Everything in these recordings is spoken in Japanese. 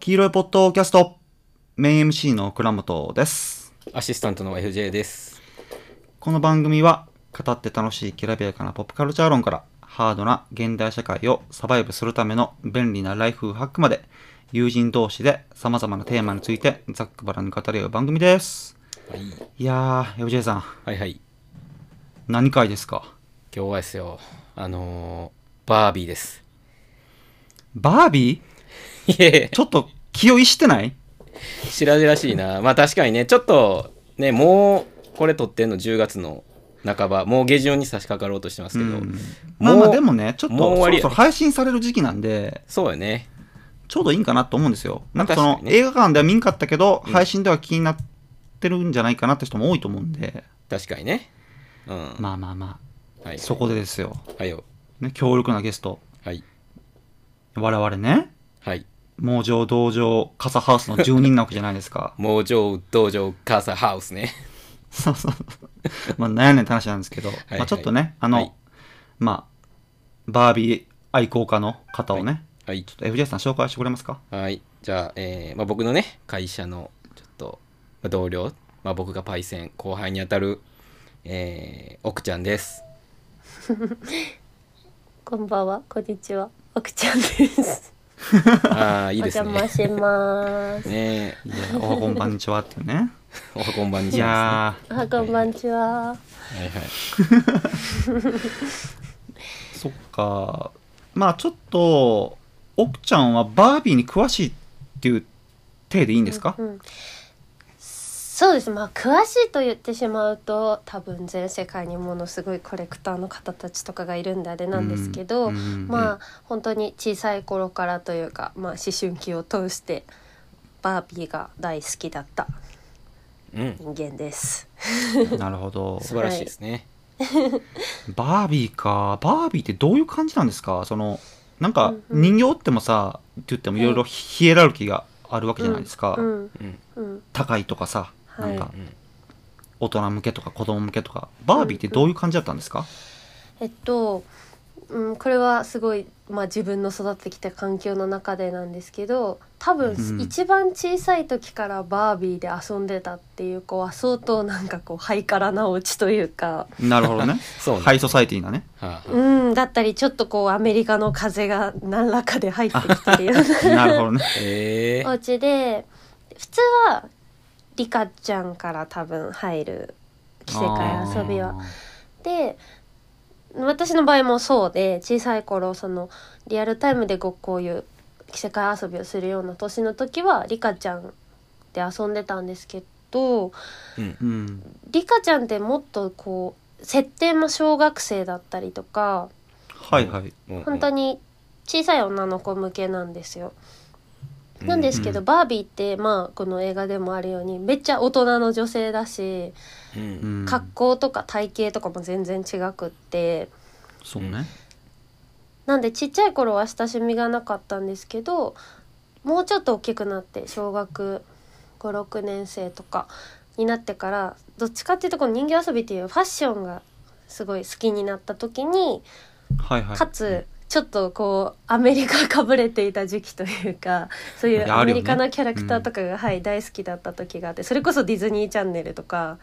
黄色いポッドキャストメイン MC の倉本ですアシスタントの FJ です。この番組は語って楽しいきらびやかなポップカルチャー論からハードな現代社会をサバイブするための便利なライフハックまで友人同士で様々なテーマについてざっくばらんに語り合う番組ですはい、いやー FJ さんはい、はい。何回ですか今日はですよ、あのー、バービーです。バービーいえ、ちょっと気を逸してない白々しい な。まあ確かにね、ちょっと、ね、もう、これ撮ってんの10月の半ば、もう下旬に差し掛かろうとしてますけうど、んまあまあでもねちょっともう終そわろりそろ配信される時期なんでそうよね。ちょうどいいんかなと思うんですよ。なんかその確かにね映画館では見んかったけど、うん配信では気になってるんじゃないかなって人も多いと思うんで、確かにね。うん。まあまあまはあ、い。そこでですよ。はいよ。ね、強力なゲスト。はい。我々ね、はい。。猛上道場傘ハウスの住人なわけじゃないですか 猛上道場カーサハウスね。そうそう。まあ悩んでた話なんですけど、はいまあちょっとね、あの、はいまあ、バービー愛好家の方をね、はいちょ。っと FJ さん紹介してくれます かはい。じゃあ、えーまあ、僕のね、会社のちょっと、まあ、同僚、まあ、僕がパイセン、後輩にあたる、えー、奥ちゃんです。こんばんは、こんにちは、奥ちゃんです。ああ、 いいですおね。邪 魔します。ねいや、おはこんばんにちはっていうね。え、おはこんばんにいしまやー、あ、こんばんちは。す、ね。はいはい。そっか。まあちょっと、奥ちゃんはバービーに詳しいっていう体でいいんですか、うん。そうです。まあ、詳しいと言ってしまうと、多分全世界にものすごいコレクターの方たちとかがいるんであれなんですけど。うんまあ、本当に小さい頃からというか、まあ、思春期を通して。バービーが大好きだったうん。人間です。 なるほど素晴らしいですね。バービーかバービーってどういう感じなんですかそのなんかうんう人形ってもさって言ってもいろいろヒエラルキーがあるわけじゃないですか、うん、うん。うん、高いとかさはないんかうん。大人向けとか子供向けとかバービーってどういう感じだったんですか、えっと、うん、これはすごい、まあ、自分の育ってきた環境の中でなんですけど多分、うん一番小さい時からバービーで遊んでたっていう子は相当なんかこうハイカラなお家というか、なるほ どねそうね。ハはい。イソサイティなねはあはうん、だったりちょっとこうアメリカの風が何らかで入ってきてるようななるほど ねあ、え えお家で普通はリカちゃんから多分入る着せ替え遊びは。で私の場合もそうで小さい頃そのリアルタイムでごっこういう着せ替え遊びをするような年の時はリカちゃんで遊んでたんですけどうん。うんリカちゃんってもっとこう設定も小学生だったりとかはいはいうん本当に小さい女の子向けなんですよ。うんなんですけど、うんバービーってまあこの映画でもあるようにめっちゃ大人の女性だしう。うんん格好とか体型とかも全然違くって。そうねなんでちっちゃい頃は親しみがなかったんですけどもうちょっと大きくなって小学56年生とかになってからどっちかっていうとこの人形遊びっていうファッションがすごい好きになった時にはいはいかつちょっとこうアメリカかぶれていた時期というかそういういやあアるメよねリカのキャラクターとかが、はい、大好きだった時があってそれこそディズニーチャンネルとか、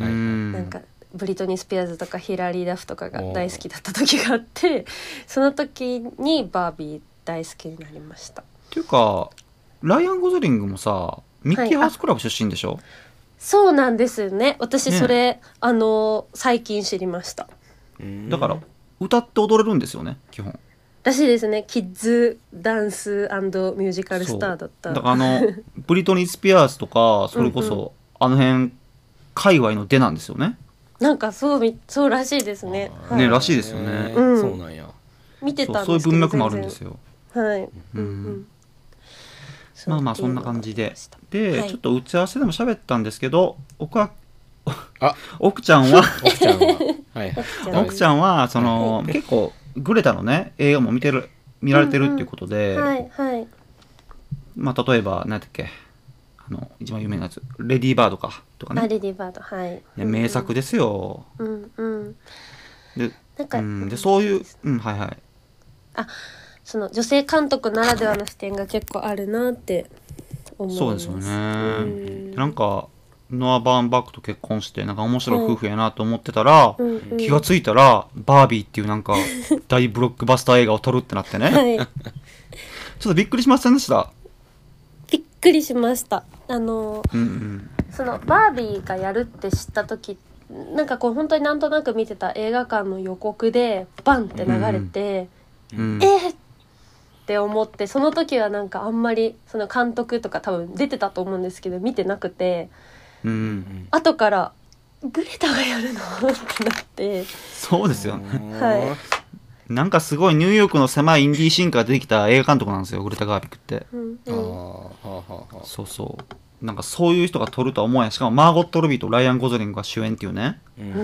うはいんなんかブリトニー・スピアーズとかヒラリー・ダフとかが大好きだった時があってその時にバービー大好きになりましたっていうかライアン・ゴズリングもさミッキーハウスクラブ出身でしょ、そうなんですよね私ねそれ、あの最近知りましたうんだから歌って踊れるんですよね基本らしいですねキッズダンスミュージカルスターだっただからあ のブリトニー・スピアーズとかそれこうんうそあの辺界隈の出なんですよねなんかそうみそうらしいですねあーはいねらしいですよねええうんそうなんや。見てそたうんそういうですけど文脈もあるんですよよはい、うんそうまあまあそんな感じっていうでのがありましたで、はいちょっと打ち合わせでも喋ったんですけど奥はあ 奥ちゃんは奥ちゃんは。はいはい。奥ちゃん は奥ちゃんはその結構グレタのね映画も見てる見られてるっていうことで、はいはいまあ例えば何だっけあの一番有名なやつ「レディー・バード」かとかあねレディーバードはいいや名作ですよ、うんうんでなんか、うん、でそういう、うん、はいはいあその女性監督ならではの視点が結構あるなって思いますそうですよね、うんなんかノア・バーンバックと結婚してなんか面白い夫婦やなと思ってたら、うんうん気がついたらバービーっていうなんか大ブロックバスター映画を撮るってなってね、はいちょっとびっくりしませんでしたびっくりしましたあのうんうんそのバービーがやるって知った時なんかこう本当になんとなく見てた映画館の予告でバンって流れて、うんえーって思ってその時はなんかあんまりその監督とか多分出てたと思うんですけど見てなくてう、うんん後からグレタがやるの ってなってそうですよねはいなんかすごいニューヨークの狭いインディーシーンから出てきた映画監督なんですよグレタ・ガービックってうんあうーんはあはあはあそうそうなんかそういう人が撮るとは思わないしかもマーゴット・ルビーとライアン・ゴズリングが主演っていうねうんうん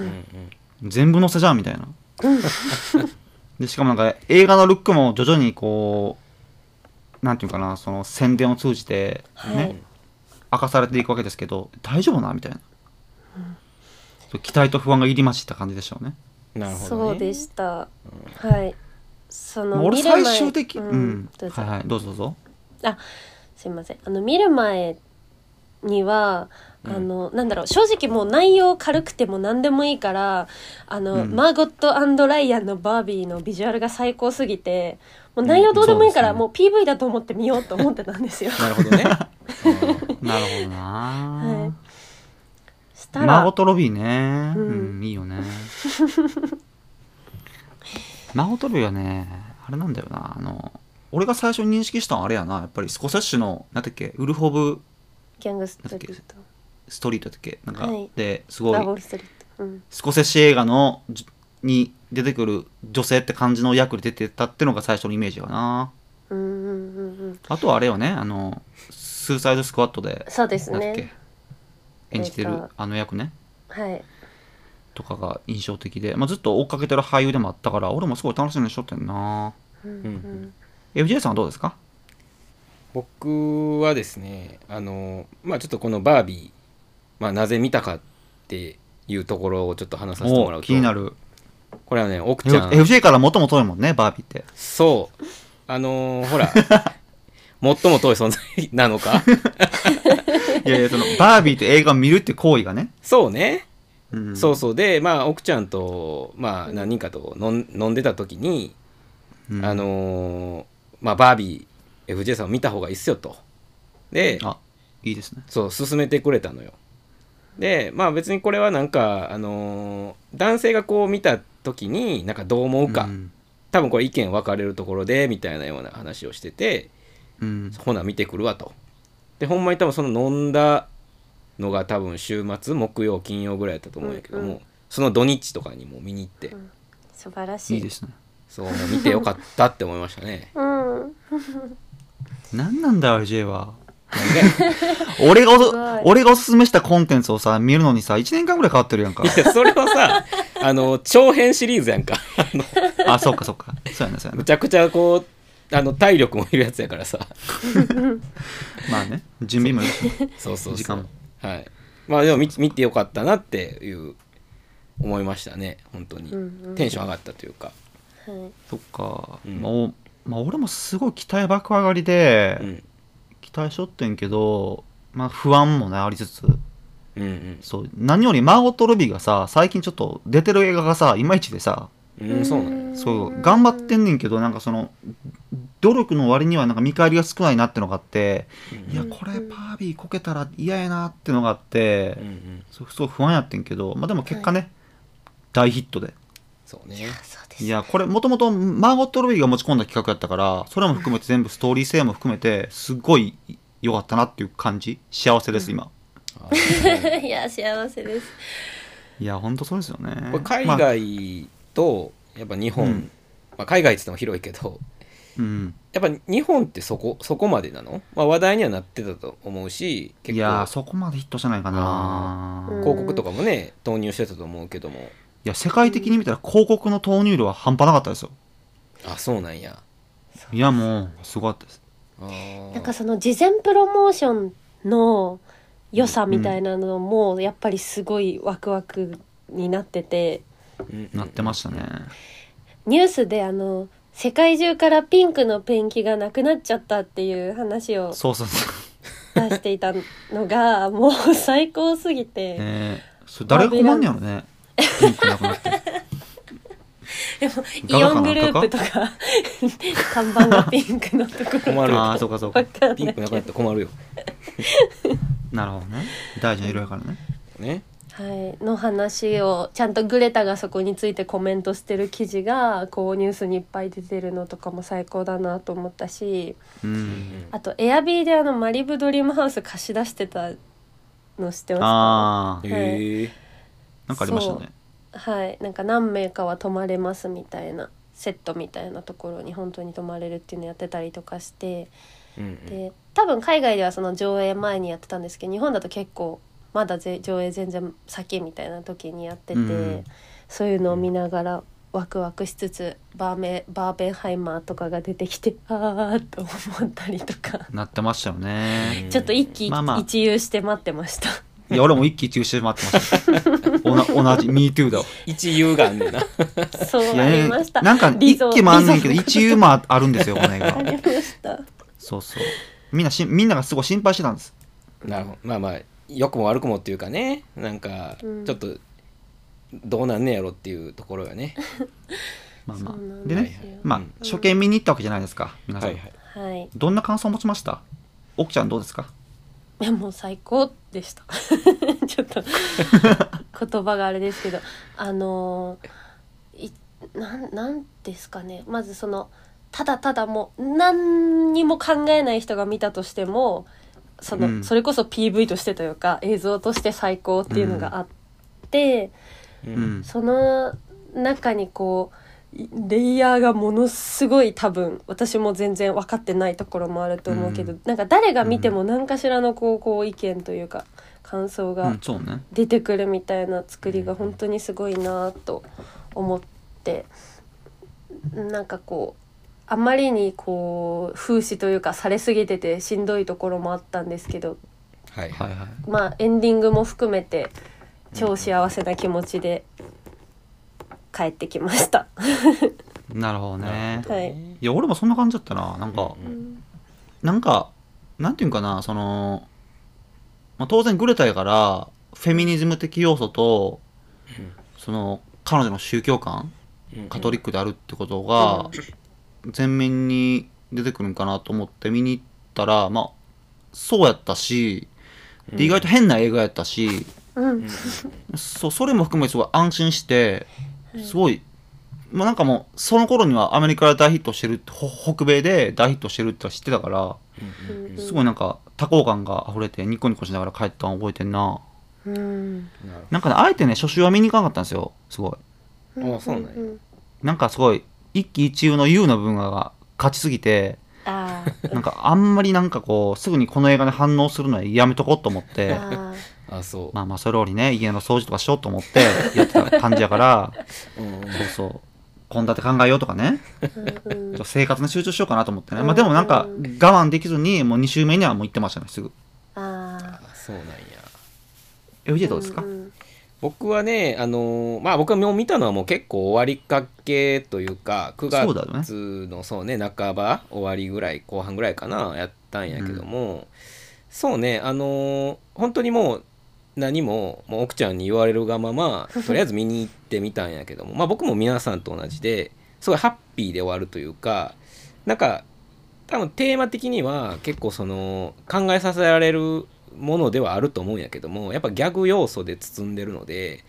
うん全部載せじゃんみたいなでしかもなんか映画のルックも徐々にこうなんていうかなその宣伝を通じてね、はい明かされていくわけですけど大丈夫なみたいな、そう期待と不安が入り混じった感じでしょうねなるほど、ね、そうでした、はいその俺見る前最終的うん、どうぞはいはいどうぞどう ぞすいませんあの見る前にはうん。あの、なんだろう正直もう内容軽くても何でもいいからあの、うんマーゴットライアンのバービーのビジュアルが最高すぎてもう内容どうでもいいから、うんもう PV だと思って見ようと思ってたんですよなるほ どねなるほどな、したら孫とロビーね、ううんんいいよね 孫とロビーはねあれなんだよなあの俺が最初に認識したのはあれやなやっぱりスコセッシュのなんだっけウルフ・オブ・ギャングストリートストリートだっけなんか、はいですあごウいォールストリート、うん、スコセッシュ映画のじに出てくる女性って感じの役で出てたってのが最初のイメージかなうんうんうんうんあとはあれよねあのスーサイドスクワットでそうですなんだっけ、ね演じてえるっとあの役ねはいとかが印象的で、まあ、ずっと追っかけてる俳優でもあったから俺もすごい楽しみにしとってんなうんうんうん FJ さんはどうですか僕はですねあのまあちょっとこのバービー、まあ、なぜ見たかっていうところをちょっと話させてもらおうと気になるこれはね奥ちゃん FJ から元も遠いもんねバービーって そうあのー ほら最も遠い存在なのかいやいやそのバービーって映画を見るって行為がね、そうね、うん、そうそうでまあ奥ちゃんとまあ何人かと飲ん飲んでた時に、うんあのーまあバービー FJ さんを見た方がいいっすよとであいいですねそう勧めてくれたのよでまあ別にこれはなんかあのー男性がこう見た時になんかどう思うか、うん多分これ意見分かれるところでみたいなような話をしててうんほな見てくるわとでほんまに多分その飲んだのが多分週末木曜金曜ぐらいだったと思うんやけども、うんうんその土日とかにもう見に行って、うん素晴らしいいいですねそうもう見てよかったって思いましたね うん何なんだよ FJ はい俺がおすすごい俺がおすすめしたコンテンツをさ見るのにさ1年間ぐらい変わってる やんかやそれはさあの長編シリーズやんかあのあそうかそうかそうやなそうやむなちゃくちゃこうあの体力もいるやつやからさまあね準備もいる しそうそうそう時間もはいまあでも見見てよかったなっていう思いましたね本当に、うんうんテンション上がったというか、はいそっか、うんまあおまあ俺もすごい期待爆上がりで、うん、期待しとってんけどまあ不安もねありつつうんうんそう何よりマーゴット・ロビーがさ最近ちょっと出てる映画がさいまいちでさうんそうなんやそう頑張ってんねんけどなんかその努力の割にはなんか見返りが少ないなってのがあってうんいやうんこれバービーこけたら嫌やなってのがあって、うんうんそうそう不安やってんけど、まあ、でも結果ね、大ヒットでそうねそうですいやこれもともとマーゴット・ロビーが持ち込んだ企画やったからそれも含めて全部ストーリー性も含めてすごい良かったなっていう感じ幸せです今、あ ー いや幸せですいやほんとそうですよねこれ海まあ外とやっぱ日本、うんまあ、海外って言っても広いけどうん、やっぱ日本ってそこそこまでなの、まあ、話題にはなってたと思うしい結やー構そこまでヒットじゃないかなあーうん広告とかもね投入してたと思うけどもいや世界的に見たら広告の投入量は半端なかったですよあそうなんやいやもうすごかったですあーなんかその事前プロモーションの良さみたいなのもやっぱりすごいワクワクになっててうんうんなってましたねニュースであの世界中からピンクのペンキがなくなっちゃったっていう話をそうそうそう。出していたのがもう最高す ぎて、ねえそれ誰が困んねやろ ね。ピンクなくなって。でもガイラオかンなグループとか 看板がピンクのとこ ろ困るああ、そうかそうか。わかんないピンクなくなったら困るよ。なるほどね。大事な色やからね。ね。はい、の話をちゃんとグレタがそこについてコメントしてる記事がこうニュースにいっぱい出てるのとかも最高だなと思ったしうん。あとエアビーであのマリブドリームハウス貸し出してたの知ってまああ、へえ。なんかありましたね。すかはいなんか何名かは泊まれますみたいなセットみたいなところに本当に泊まれるっていうのやってたりとかしてうんうんで多分海外ではその上映前にやってたんですけど日本だと結構まだぜ上映全然先みたいな時にやってて、うんそういうのを見ながらワクワクしつつバーメバーベンハイマーとかが出てきてああと思ったりとか、なってましたよね。ちょっと一喜まあまあ一憂して待ってま した。いや、俺も一気中止で待ってました。おな同じ、MeToo だわ。一遊があんねんな。そういやありました。なんかリ一ゾ気もあんねんけど、リゾ一遊もああるんですよ、この映あ画。りました。そうそう。みんなし、みんながすごい心配してたんです。なるほどまあまあ良くも悪くもっていうかねなんかうんちょっとどうなんねやろっていうところがね、まあまそうなんあ。でですね、よまあうん、初見見に行ったわけじゃないですか、皆さん。い、はい。どんな感想を持ちました奥ちゃんどうですかいやもう最高でした ちょっと言葉があれですけどあのーいなんなんですかねまずそのただただもう何にも考えない人が見たとしてもその、うんそれこそ PV としてというか映像として最高っていうのがあって、ううんん。その中にこういレイヤーがものすごい多分私も全然分かってないところもあると思うけど、うんなんか誰が見ても何かしらのこうこう意見というか感想うがん、そうね。出てくるみたいな作りが本当にすごいなと思ってなんかこうあまりにこう風刺というかされすぎててしんどいところもあったんですけどはいははいいはい。まあエンディングも含めて超幸せな気持ちで帰ってきました。なるほどね。はいいや、俺もそんな感じだったな。なんか、うんなんか、なんていうんかな、その、まあ、当然グレタやから、フェミニズム的要素と、うんその、彼女の宗教観、うんカトリックであるってことが、前面に出てくるんかなと思って見に行ったら、まあ、そうやったし、で意外と変な映画やったし、うんそう、それも含めてすごい安心して、はいすごい、まあなんかもう、その頃にはアメリカで大ヒットしてるって、ほ北米で大ヒットしてるってのは知ってたから、うんうんうんすごいなんか多幸感が溢れてニコニコしながら帰ったの覚えてんな。うなんるなんかね、あえてね、初週は見に行かなかったんですよ、すごい。あそうなんやんなんかすごい、一喜一憂の優の部分が勝ちすぎて、あーなんかあんまりなんかこう、すぐにこの映画に反応するのはやめとこうと思って、ああそう、まあまあそれよりね、家の掃除とかしようと思ってやってた感じやから、うんうんそうそう。献立考えようとかね、ーうんちょうっんと生活に集中しようかなと思ってね。まあでもなんか我慢できずに、もう2週目にはもう行ってましたね、すぐ。あーあそうなんやえ、藤井どうですか、んん僕はねあのーまあ僕はもう見たのはもう結構終わりかけというか9そうだよね月のそうね半ば終わりぐらい後半ぐらいかなやったんやけども、そうねあのー本当にもう何ももう奥ちゃんに言われるがま まとりあえず見に行ってみたんやけどもまあ僕も皆さんと同じですごいハッピーで終わるというかなんか多分テーマ的には結構その考えさせられるものではあると思うんやけどもやっぱギャグ要素で包んでるので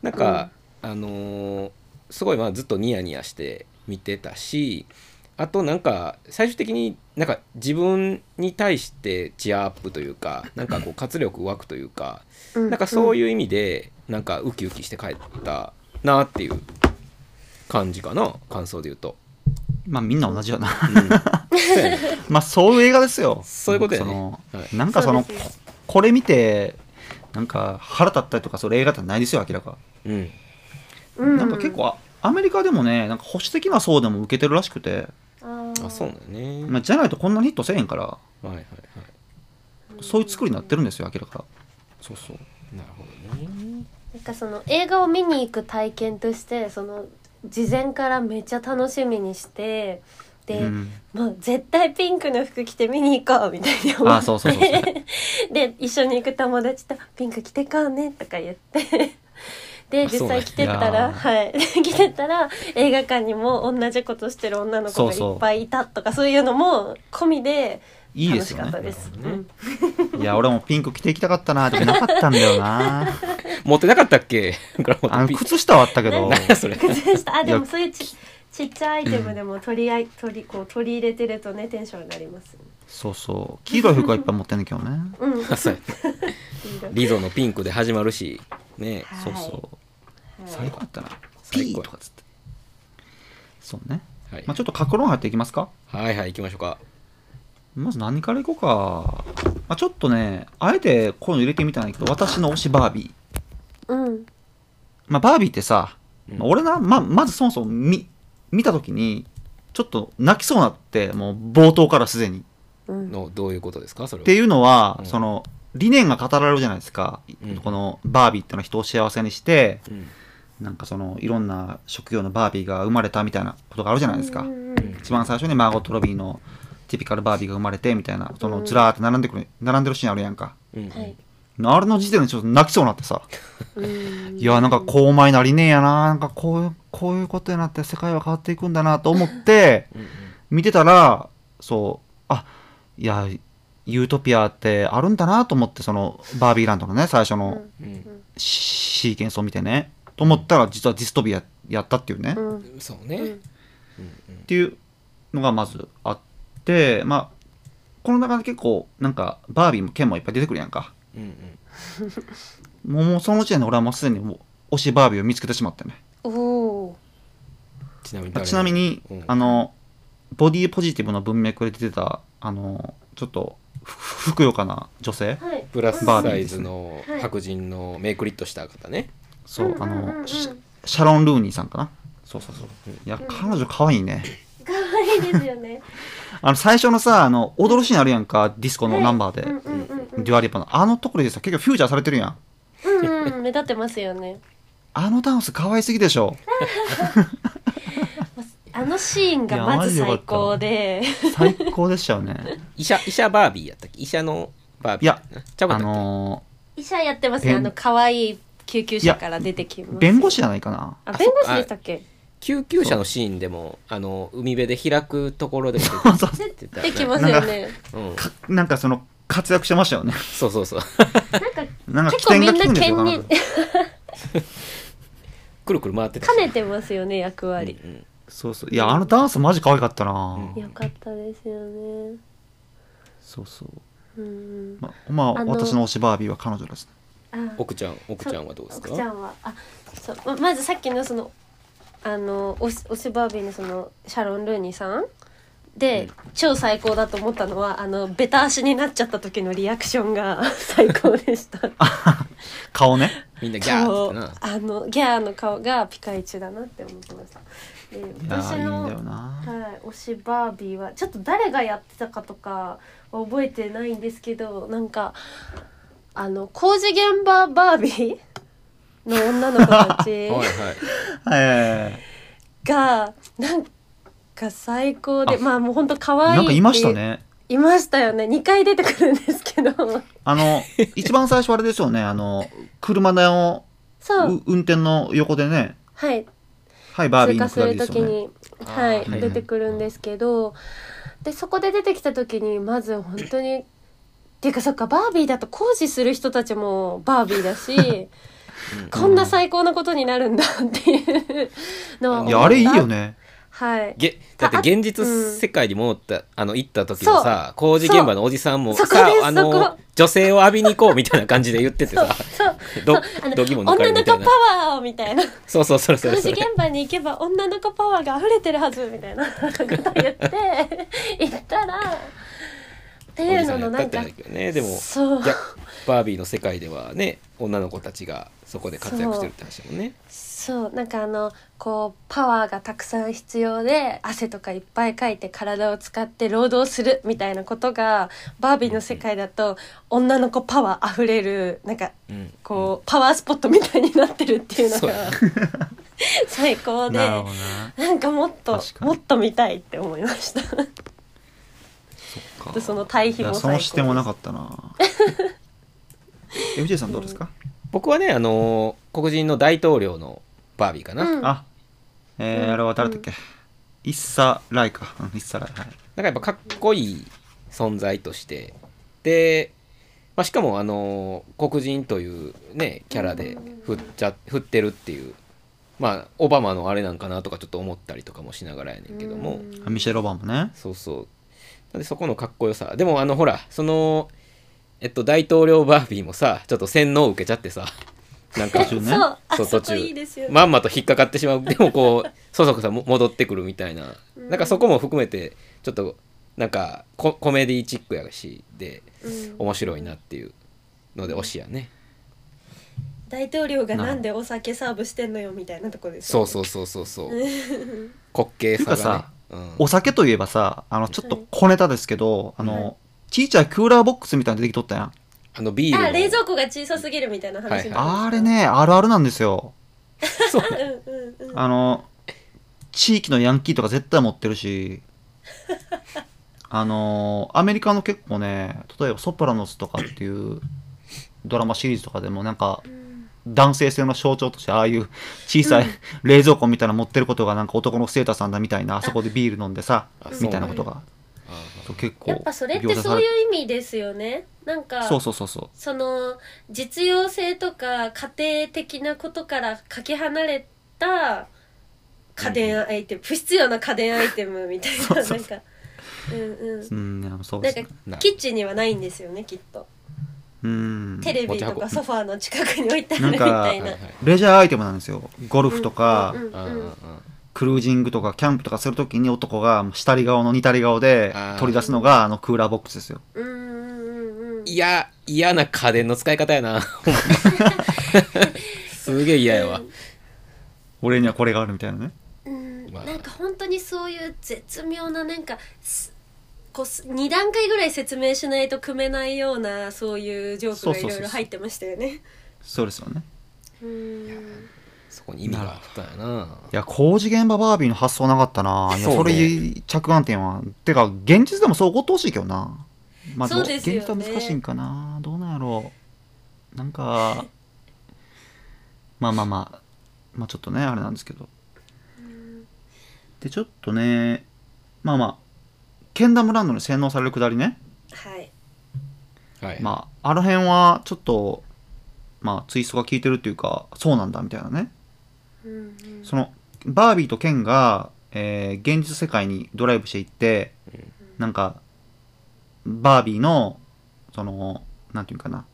なんか、あのーすごいまあずっとニヤニヤして見てたしあとなんか最終的になんか自分に対してチアアップというかなんかこう活力湧くというかうんなんかそういう意味でなんかウキウキして帰ったなっていう感じかな感想で言うと。まあみんな同じよな。 うんそうやねまあそういう映画ですよ。そういうことやねなんかそのはなんかそのいそうですねここれ見てなんか腹立ったりとかそれ映画ってないですよ明らか。うんうんなんか結構あアメリカでもねなんか保守的な層でも受けてるらしくて、あーあそうなんだね、まあ、じゃないとこんなにヒットせえへんからはいはいはそういう作りになってるんですよ明らか。そうそう。いなるほどねなんかその映画を見に行く体験としてその事前からめっちゃ楽しみにしてで、うん、もう絶対ピンクの服着て見に行こうみたいに思ってあそうそうそうそうで一緒に行く友達と「ピンク着てこうね」とか言ってであそう実なんや際着てたらいやーはい 着てたら映画館にも同じことしてる女の子がいっぱいいたとかそういうのも込みでいいで楽すしかよったねです。なるほどねうんいや俺もピンク着ていきたかったなでもなかったんだよ な持ってなかったっけこれ持 あのって靴下はあったけど何や それでしたあでいもやそういうちちっちゃいアイテムでも取りあい取りこう取り入れてるとねテンションになりますよね。そうそう黄色い服はいっぱい持ってんねんけどねうん。あそうやリゾのピンクで始まるしねはいそうそう最高だったな最ピ高ーやとかっつってそうね、はいまあ、ちょっと格論入っていきますかはいはい行きましょうかまず何からいこうか、まあ、ちょっとねあえてこういうの入れてみたんだけど私の推しバービー、うん。まあ、バービーってさ、うんまあ俺なままずそもそも見見た時にちょっと泣きそうになってもう冒頭からすでにうん。のどういうことですかそれっていうのは、うんその理念が語られるじゃないですか、うんこのバービーってのは人を幸せにしてうんなんかそのいろんな職業のバービーが生まれたみたいなことがあるじゃないですか、うん一番最初にマーゴット・ロビーのティピカルバービーが生まれてみたいなそのずらーって並んでくる並んでるシーンあるやんかうんうんはい。あれの時点でちょっと泣きそうになってさうんいやなんかこう前なりねえやななんかこういうこういうことになって世界は変わっていくんだなと思ってうんうん見てたらそうあいやユートピアってあるんだなと思ってそのバービーランドのね最初うのんうんシシーケンスを見てねと思ったら実はディストピアやったっていうね、うっんそうね、ううんんうんていうのがまずあってまあこの中で結構なんかバービーもケンもいっぱい出てくるやんかうんうんもうもうその時点で俺はもうすでにもう推しバービーを見つけてしまってね、おおちなみにまあ誰ちなみに、うんあのボディポジティブの文脈で出てたあのちょっとふふくよかな女性、ー。はい。プラスバービサーイですズねのはい白人のめくりっとした方ね、そう、あうんうんうんうの、んシシャロン・ルーニーさんかな。そうそうそう。いや、彼女可愛いね。可愛いですよね。あの、最初のさ、あの、踊るシーンあるやんか、ディスコのナンバうんーうんうんうで。んデュアリパの。あのところでさ、結局フューチャーされてるやん。うんうん目立ってますよね。あのダンス可愛すぎでしょ。あのシーンがまず最高で。最高でした よね。医者医者バービーやったっけ医者のバービーいやちゃうかあったっけ、の医者やってますね。弁あの可愛い救急車から出てきまー、す。弁護士じゃないかな。 あ、弁護士でしたっけ？救急車のシーンでもあの海辺で開くところでそうそう出てた できますよね。うん、かなんかその、活躍してましたよね。そうそうそうなんかなんか起結構点みがん効くなんでしょ兼うか任な。くるくる回ってた兼ねてますよね役割。うんうんそうそう。いや、あのダンスマジ可愛かったな。うんよかったですよね。そうそう。うん。ま、まあ、あの私の推しバービーは彼女ですね。あ奥ちゃん奥ちゃんはどうです奥ちゃかんはあそうままずさっきのそのあのオスオスバービーのそのシャロン・ルーニーさんで、超最高だと思ったのはあのベタ足になっちゃった時のリアクションが 最高でした。顔ね。みんなギャーってなそうあのギャーの顔がピカイチだなって思ってました。でいや私ー、いいんのだよな。はい、推しバービーはちょっと誰がやってたかとかは覚えてないんですけどなんかあの工事現場バービーの女の子 たちはいはいはい。がなんか最高であまあもうほんと可愛いなんかいましたってね。いういましたよね2回出てくるんです けどあの、一番最初あれですよね、あの、車のそうう運転の横でね、はいはい、バービー通の過くすだりるです時よね。に、あは、ーはいはいい出てくるんですけどでそこで出てきた時にまず本当にっていうかそっかバービーだと工事する人たちもバービーだしうんこんな最高なことになるんだっていうのは思いったや、あれいいよね。はいげだって現実世界に戻った、あの行った時のさ工事現場のおじさんもそうそこさですあそこの女性を浴びに行こうみたいな感じで言っててそうさそうどあのどぎも抜かれ女るみの子たパいなワーをみたいなそうそうそれそ工れ事そ現れ場に行けば女の子パワーが溢れてるはずみたいなこと言って行ったらっておいじうさのんやのったっなんてかなるけどねでもそういやバービーの世界ではね女の子たちがそこで活躍してるって話だもんねそうなんかあのこうパワーがたくさん必要で汗とかいっぱいかいて体を使って労働するみたいなことがバービーの世界だと女の子パワーあふれるなんかうんこう、パワースポットみたいになってるっていうのそうがや最高でなるほどななんかもっと確かにもっと見たいって思いましたそっかでその対比もいや最そ高の視点もなかった なえ藤井さんどうですか、僕はねあの黒人の大統領のバービーかな、うなんんあえうんー、あれは誰だっけ、イッサ・ライかうんイッサ・ライはいかやっぱかっこいい存在としてで、まあ、しかもあの黒人というねキャラで振っちゃ振ってるっていうまあオバマのあれなんかなとかちょっと思ったりとかもしながらやねんけども、うんあミシェル・オバマねそうそうなんでそこのかっこよさでもあのほらそのえっと大統領バービーもさちょっと洗脳を受けちゃってさなん か途中ねそうあそうそ途こ中いいですよ、まんまと引っかかってしまうでもこうそそくさも戻ってくるみたいなうんなんかそこも含めてちょっとなんかココメディチックやしでうん面白いなっていうので推しやね大統領がなんでお酒サーブしてんのよみたいなとこですそようねそうそうそうそう滑稽てさがかねうんお酒といえばさあのちょっと小ネタですけど、あの、ちいちゃいクーラーボックスみたいなの出てきとったやんあのビールあの冷蔵庫が小さすぎるみたいな話になりましたあれねあるあるなんですよそううんうんうんあの地域のヤンキーとか絶対持ってるしあのアメリカの結構ね例えば「ソプラノス」とかっていうドラマシリーズとかでもなんか男性性の象徴としてああいう小さい冷蔵庫みたいなの持ってることがなんか男のセーターさんだみたいなあそこでビール飲んでさあそうみたいなことがあそう結構やっぱそれっ描て写そさうれいう意味ですよねなんかそうそうそうそうその実用性とか家庭的なことからかけ離れた家電アイテム、不必要な家電アイテムみたいなそうそうなんかうんうんうんいやそうなでんすねかなキッチンにはないんですよねきっとうんテレビと持ち運かぶソファーの近くに置いてあるみなんかたはいいなはいレジャーアイテムなんですよゴルフとか、うんうんうんうんうんクルージングとかキャンプとかするときに男が下り顔の似たり顔であー取り出すのがあのクーラーボックスですよ。うんうんうんうんいや嫌な家電の使い方 やなすげえ嫌やわ俺にはこれがあるみたいなね。うんまあなんか本当にそういう絶妙ななんかすこうす2段階ぐらい説明しないと組めないようなそういうジョークがいそうそうろそういそろう入ってましたよね。そうですよね。うんそこに意味があったんやないや、工事現場バービーの発想なかったな。いや、そそうねれ着眼点は。てか、現実でもそう起こってほしいけどな。まあ、そうですよね現実は難しいんかな。どうなんやろう。なんか、まあまあまあ、まあちょっとね、あれなんですけど。で、ちょっとね、まあまあ、ケンダムランドに洗脳されるくだりね。はい、はいまあ、あの辺はちょっと、まあ、ツイストが効いてるっていうか、そうなんだみたいなね。うんうんその、バービーとケンが、えー現実世界にドライブしていって、なんか、バービーの、その、なんていうかな、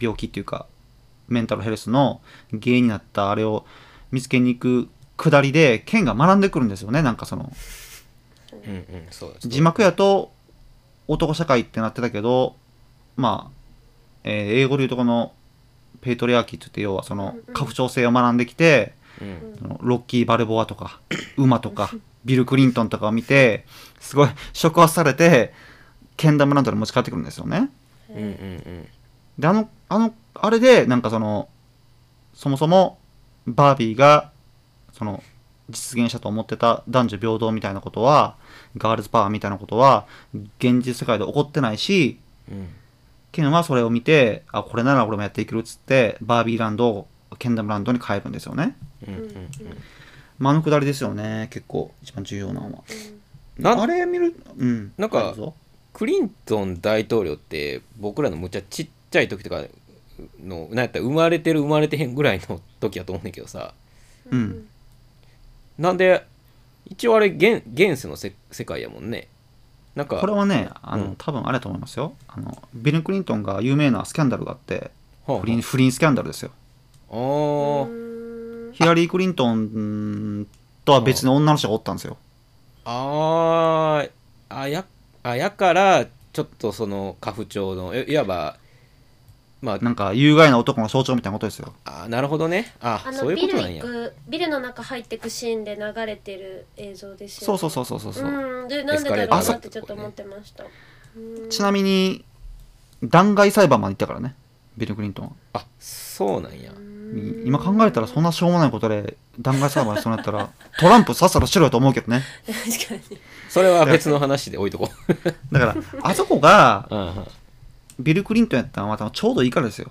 病気っていうか、メンタルヘルスの原因になったあれを見つけに行くくだりで、ケンが学んでくるんですよね。なんかその、うんうんそうです字幕やと男社会ってなってたけどまあ、えー英語でいうとこのペイトリアーキーって言って要はそのうんうん拡張性を学んできて、うんそのロッキー・バルボアとか馬と かビル・クリントンとかを見てすごい触発されてケンダムランドに持ち帰ってくるんですよね。うんうんうんであのあのあれでなんかそのそもそもバービーがその実現したと思ってた男女平等みたいなことはガールズパワーみたいなことは現実世界で起こってないしうんケンはそれを見てあこれなら俺もやっていけるっつってバービーランドをケンダムランドに変えるんですよね。うんうんうんまああのくだりですよね結構一番重要なのは。なあれ見るうんなんかはいどうぞクリントン大統領って僕らのむちゃちっちゃい時とかのなんやったら生まれてる生まれてへんぐらいの 時やと思うねんだけどさうんなんで一応あれ現現世のせ世界やもんねなんかこれはねあの、うん多分あれだと思いますよあのビル・クリントンが有名なスキャンダルがあってはあ不倫不倫スキャンダルですよあーヒラリー・クリントンとは別の女の人がおったんですよ。あーあやあやからちょっとその家父長のいいわばまあなんか、有害な男の象徴みたいなことですよ。あーなるほどねああのそういうこビとルなん行やくビルの中入ってくシーンで流れてる映像ですよ、ね。そうそうそうそうそう。ううんでなんでだろうエスカレなーってちょっと思ってました。ちなみに、弾劾裁判まで行ったからね、ビル・クリントンはあそうなんやい今考えたらそんなしょうもないことで弾劾裁判しそうになったらトランプさっさとしろよと思うけどね 確かにそれは別の話で置いとこだからあそこが う、うんうん、あビル・クリントンやったのは多分ちょうどいいからですよ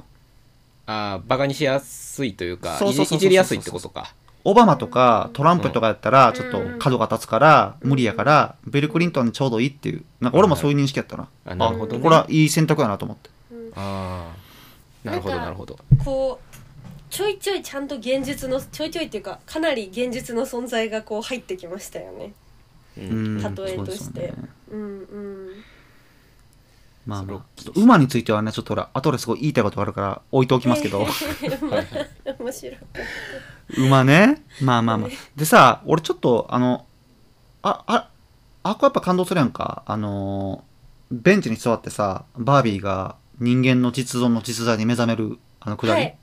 あバカにしやすいというかそうそういそうそうそうじいじりやすいってことかオバマとかトランプとかやったらちょっと角が立つから無理やからビル・クリントンにちょうどいいっていうなんか俺もそういう認識やったなあなるほどねこれはいい選択やなと思ってああなるほどなんかなるほどこうちょいちょいちゃんと現実のちょいちょいっていうかかなり現実の存在がこう入ってきましたよねううんん例えそうとでしすてよねうんうんまあまロあッキーちょっと馬についてはねちょっと俺後ですごい言いたいことがあるから置いておきます けどはいはい面白い馬ねまあまあ まあでさ俺ちょっとあのあああこやっぱ感動するやんかあのーベンチに座ってさバービーが人間の実存の実在に目覚めるあのくだり、はい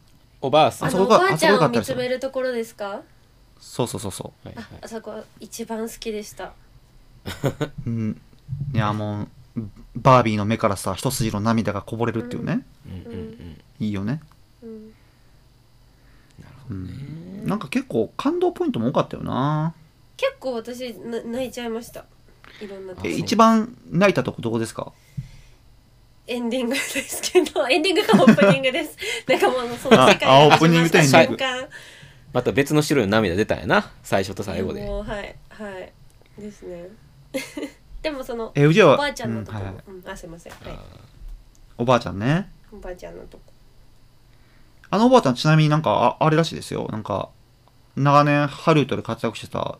おばあさんああそはのこおがばあちゃあそこがんを良かった見ですつよめるところですかそうそうそうそいはあいあそこ一番好きでしたううんいやもうバービーの目からさ一筋の涙がこぼれるっていうね、うんうんうんいいよね、うんうん、なんか結構感動ポイントも多かったよな結構私な泣いちゃいましたいろんなとこえあそう一番泣いたとこどこですかエンディングですけど エンディングかオープニングです なんかもうその世界ああオが始まったープニングとエンディン瞬グ間また別の種類の涙出たんやな最初と最後でもうはいはいですね でもそのえうちはおばあちゃんのとこうろ、はういんはいあすいません、はい、おばあちゃんねおばあちゃんのとこあのおばあちゃんちなみになんかああれらしいですよなんか長年ハリウッドで活躍してた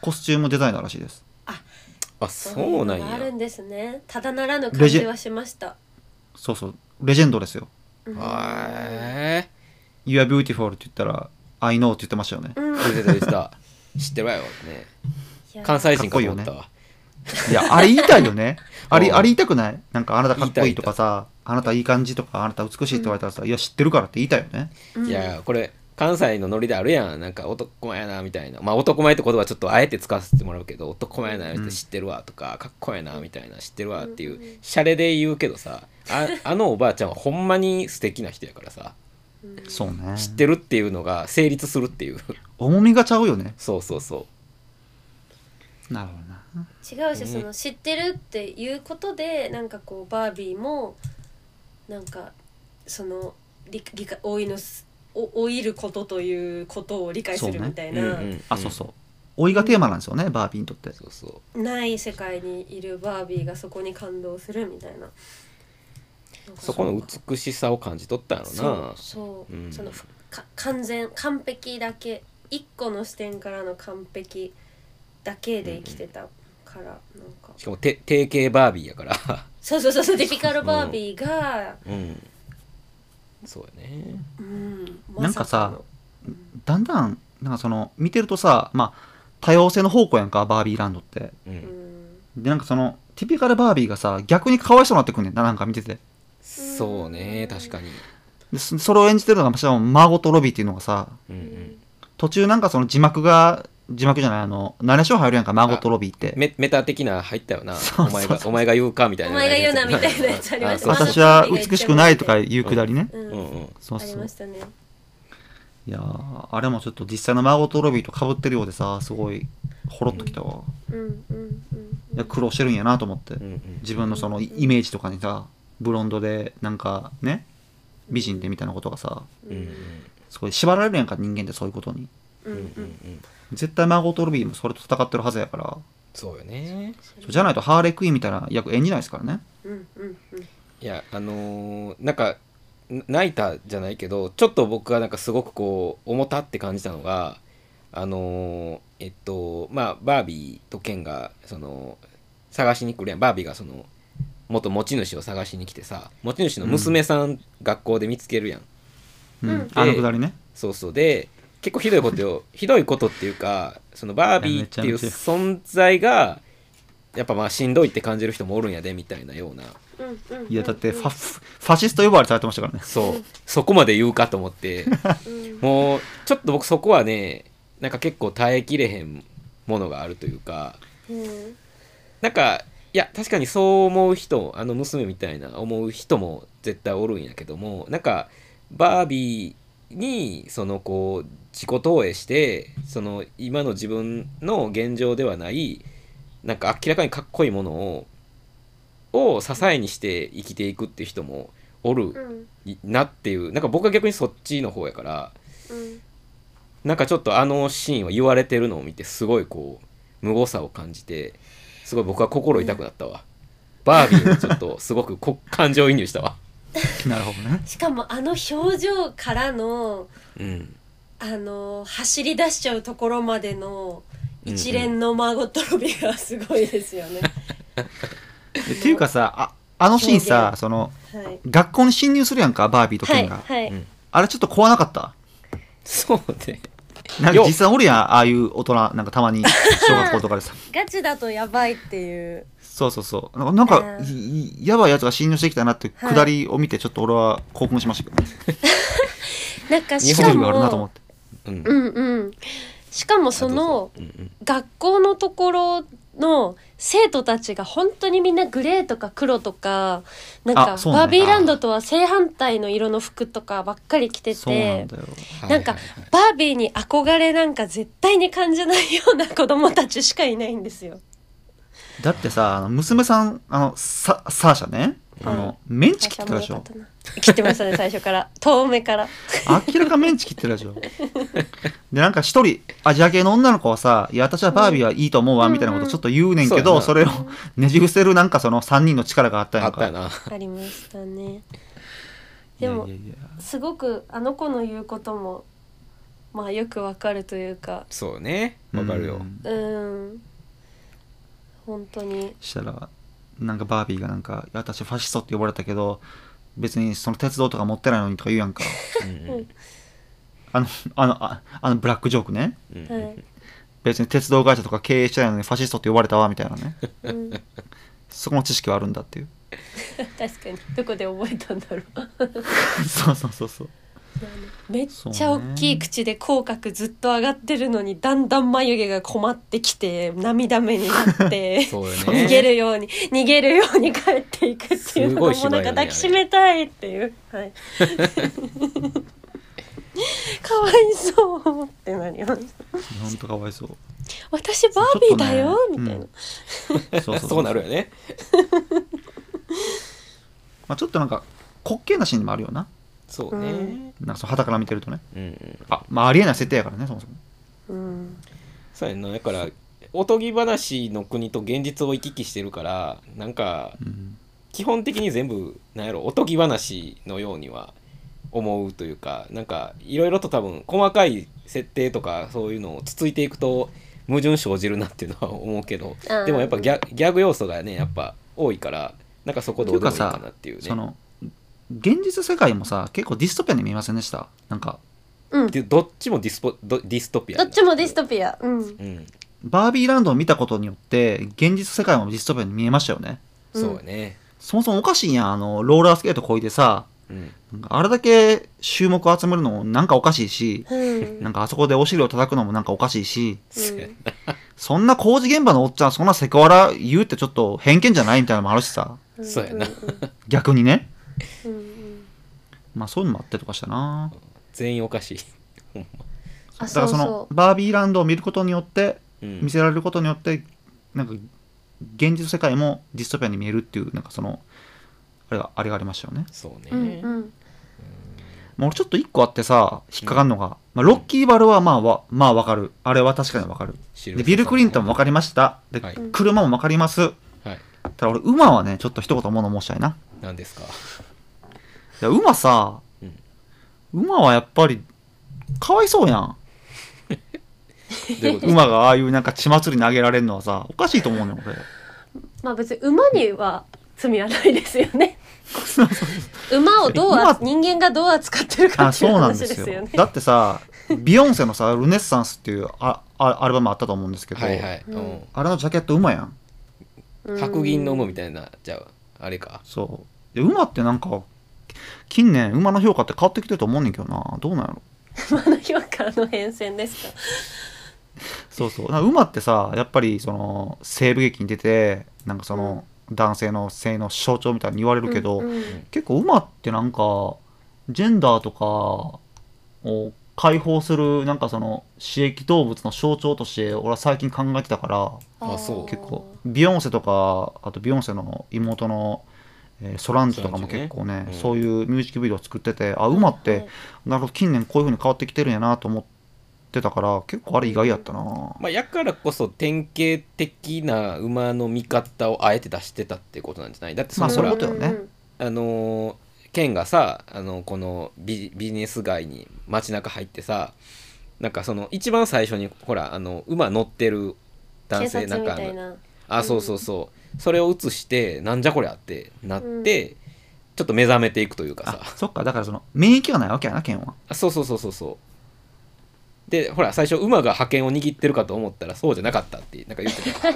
コスチュームデザイナーらしいですあそうなんあるやんですねただならぬ感じはしましたそうそうレジェンドですようんはい You are beautiful って言ったら I know って言ってましたよねうん出てた出てた知ってるわよねいや 関西人かと思ったわ いやあれ言いたいよね あれうんあれ言いたくないなんかあなたかっこい言いたいいとかさあなたいい感じとかあなた美しいって言われたらさ、いや知ってるからって言いたいよねうんいやこれ関西のノリであるやんなんか男前やなみたいなまあ男前って言葉ちょっとあえて使わせてもらうけど男前やなみたいうんな知ってるわとかかっこいいなみたいな知ってるわっていうんうんうんうシャレで言うけどさあ あのおばあちゃんはほんまに素敵な人やからさうんそうね知ってるっていうのが成立するっていう 重みがちゃうよねそうそうそなるほどな違うし、ねその知ってるっていうことでなんかこうバービーもなんかその理理解老いのすお老いることということを理解すそうるねみたういうんうな、んあそうそう老いがテーマなんですよねバービーにとってそうそうない世界にいるバービーがそこに感動するみたいなそこの美しさを感じ取ったんやろそうなそう、うんそのふか完全完璧だけ一個の視点からの完璧だけで生きてたから、なんかしかもて定型バービーやからそうそうそうそうディピカルバービーが、うんそうやねうんなんかさまだんだんなんかその見てるとさまあ多様性の宝庫やんかバービーランドってうかのうんんでなんかそのティピカルバービーがさ逆にかわいそうになってくんねんななんか見ててそうね確かにでそそれを演じてるのがまあしかも孫とロビーっていうのがさうんううんん途中なんかその字幕が字幕じゃないあのナレーション入るやんか孫とロビーってメメタ的な入ったよなそうそうお前がお前が言うかみたいおな前が言うなみたいなやつありましたあそう私は美しくないとかいうくだりね、う、うんんうんそうありそまうしたねいやーあれもちょっと実際の孫とロビーとかぶってるようでさすごいほろっときたわ、うんうんうんいや苦労してるんやなと思って、うんうん自分のそのイイメージとかにさブロンドでなんかね美人でみたいなことがさううんうんんすごい縛られるやんか人間ってそういうことにううんんううんうんん絶対孫とルビーもそれと戦ってるはずやからそうよねそうじゃないとハーレークイーンみたいな役演じないですからねうんうんうんいやあのーなんかな泣いたじゃないけどちょっと僕がなんかすごくこう重たって感じたのがあのーえっとまあバービーとケンがその探しに来るやんバービーがその元持ち主を探しに来てさ持ち主の娘さん、学校で見つけるやんうん、うんあのくだりねそうそうで結構ひどいことを ひどいことっていうかそのバービーっていいやうめちゃめちゃ存在がやっぱまあしんどいって感じる人もおるんやでみたいなようなうんうんうんいやだってファフファシスト呼ばわりされてましたから ねそうそこまで言うかと思ってうんもうちょっと僕そこはねなんか結構耐えきれへんものがあるというかうんなんかいや確かにそう思う人あの娘みたいな思う人も絶対おるんやけどもなんかバービーにそのこう自己投影してその今の自分の現状ではないなんか明らかにかっこいいものをを支えにして生きていくっていう人もおうるんなっていうなんか僕は逆にそっちの方やからうんなんかちょっとあのシーンは言われてるのを見てすごいこう無誤さを感じてすごい僕は心痛くなったわ、バービーにちょっとすごくこ感情移入したわなるほどね。しかもあの表情からのうんあの走り出しちゃうところまでのうんうん一連の孫とロビがすごいです よね。えっていうかさ、ああのシーン表さ、現その、はい、学校に侵入するやんか、バービーとはケいンが。はい、うんあれちょっと怖なかった。そうねなんかよっ実際おるやん、ああいう大人、なんかた まに小学校とかでさ。ガチだとやばいっていうそうそうそう。なんか、なんかうんいいやばいやつが侵入してきたなって、はい下りを見て、ちょっと俺は興奮しましたけどね。なんかしスかキルがあるなと思っもて。うんうんうんしかもそのあどうぞうんうん学校のところの生徒たちが本当にみんなグレーとか黒とかなんかあそうねバービーランドとは正反対の色の服とかばっかり着てそうなてんだよ。なんかはいはいはいバービーに憧れなんか絶対に感じないような子供たちしかいないんですよ。だってさ、あの娘さん、あの、ササーシャね。あはいの、メンチ切って最た初はでもうしょよか。ったな切ってましたね最初 から遠目から。明らかメンチ切ってるでしょ。で、なんか一人、アジア系の女の子はさ、いや、私はバービーはいいと思うわ、うんみたいなことちょっと言うねんけそうやど、なそれをねじ伏せるなんかその3人の力があったんあやんったよか。なありましたね。でもいやいやいやすごくあの子の言うこともまあよくわかるというかそうねわかるよ、うんうん本当にしたら、なんかバービーがなんか、いや私ファシストって呼ばれたけど、別にその鉄道とか持ってないのにとか言う やんか。うんうんあの、あの、ああのブラックジョークね。うんはういん、別に鉄道会社とか経営してないのにファシストって呼ばれたわ、みたいな ね。うん、そこの知識はあるんだっていう。確かにどこで覚えたんだろうそうそうそうそう。めっちゃ大きい口で口角ずっと上がってるのにだんだん眉毛が困ってきて涙目になって そうよね逃げるように逃げるように帰っていくっていすうのごいも芝居だなんねか抱きしめたいっていう、はい、 かわいそうってなりますほんとかわいそう。私バービーだよ、ちょっとねみたいな、うんそうそうそう そうなるよねまあ、ちょっとなんか滑稽なシーンでもあるよなそうね、ううんんなんかその肌から見てるとねうんうん、あまあありえない設定やからねそもそもうんそうやんなだからおとぎ話の国と現実を行き来してるからなんかうん基本的に全部なんやろおとぎ話のようには思うというかなんかいろいろと多分細かい設定とかそういうのをつついていくと矛盾生じるなっていうのは思うけどあーでもやっぱギャギャグ要素がねやっぱ多いからなんかそこどうでもいいかなっていうねその現実世界もさ結構ディストピアに見えませんでしたなんかうんでどっちもディスポどディストピアどっちもディストトピア。 うん。うんバービーランドを見たことによって現実世界もディストピアに見えましたよねそうやねそもそもおかしいやんあのローラースケートこいでさうんなんかあれだけ注目を集めるのもなんかおかしいしうん。なんかあそこでお尻を叩くのもなんかおかしいしそうやそんな工事現場のおっちゃんそんなセクハラ言うってちょっと偏見じゃないみたいなのもあるしさんそうやな逆にねうんうんまあそういうのもあったりとかしたな 全員おかしいほんまあ、だかそらうそのそバービーランドを見ることによってうん見せられることによってなんか現実世界もディストピアに見えるっていうなんかそのあれがあれがありましたよねそうねう。うんうん。もう俺ちょっと一個あってさ引っかかんのが、まあ、ロッキーバルはまあわまあわかるあれは確かにわかるシルバでーさビんル・クリントンもわかりましたで、はい車もわかりますはい。ただ俺馬はねちょっと一言物申したいな何ですか。いや馬さ、うん馬はやっぱりかわいそう やんどういうこと馬がああいうなんか血祭りにあげられるのはさおかしいと思うねん俺 まあ別に馬には罪はないですよね。馬をどうあ馬人間がどう扱ってるかあってそいううなん話でですよすよね。だってさビヨンセのさ「ルネッサンス」っていうああアルバムあったと思うんですけど、はいはい。ううんん。あれのジャケット馬やんうん白銀の馬みたいな、じゃあ、あれか。そうで馬ってなんか近年馬の評価って変わってきてると思うねんけどなどうなんやろ馬の評価の変遷ですか。そうそうなんか馬ってさやっぱりその西部劇に出てなんかその、男性の性の象徴みたいに言われるけど、うんうん結構馬ってなんかジェンダーとかを解放するなんかその刺激動物の象徴として俺は最近考えてたからあそう結構ビヨンセとかあとビヨンセの妹の、えーソランジとかも結構ねソランジねうんそういうミュージックビデオ作っててあ馬って、はいなるほど近年こういう風に変わってきてるんやなと思ってたから結構あれ意外やったな、まあ、やからこそ典型的な馬の見方をあえて出してたってことなんじゃないだってそまあのそほういうらことよねうんあのーケンがさあのこのビビジネス街に街中入ってさなんかその一番最初にほらあの馬乗ってる男性警な察んみかあたいのなあそうそうそうそれを映してなんじゃこりゃってなって、ちょっと目覚めていくというかさあそっかだからその免疫がないわけやなケン はあそうそうそうそうそうでほら最初馬が覇権を握ってるかと思ったらそうじゃなかったってなんか言ってた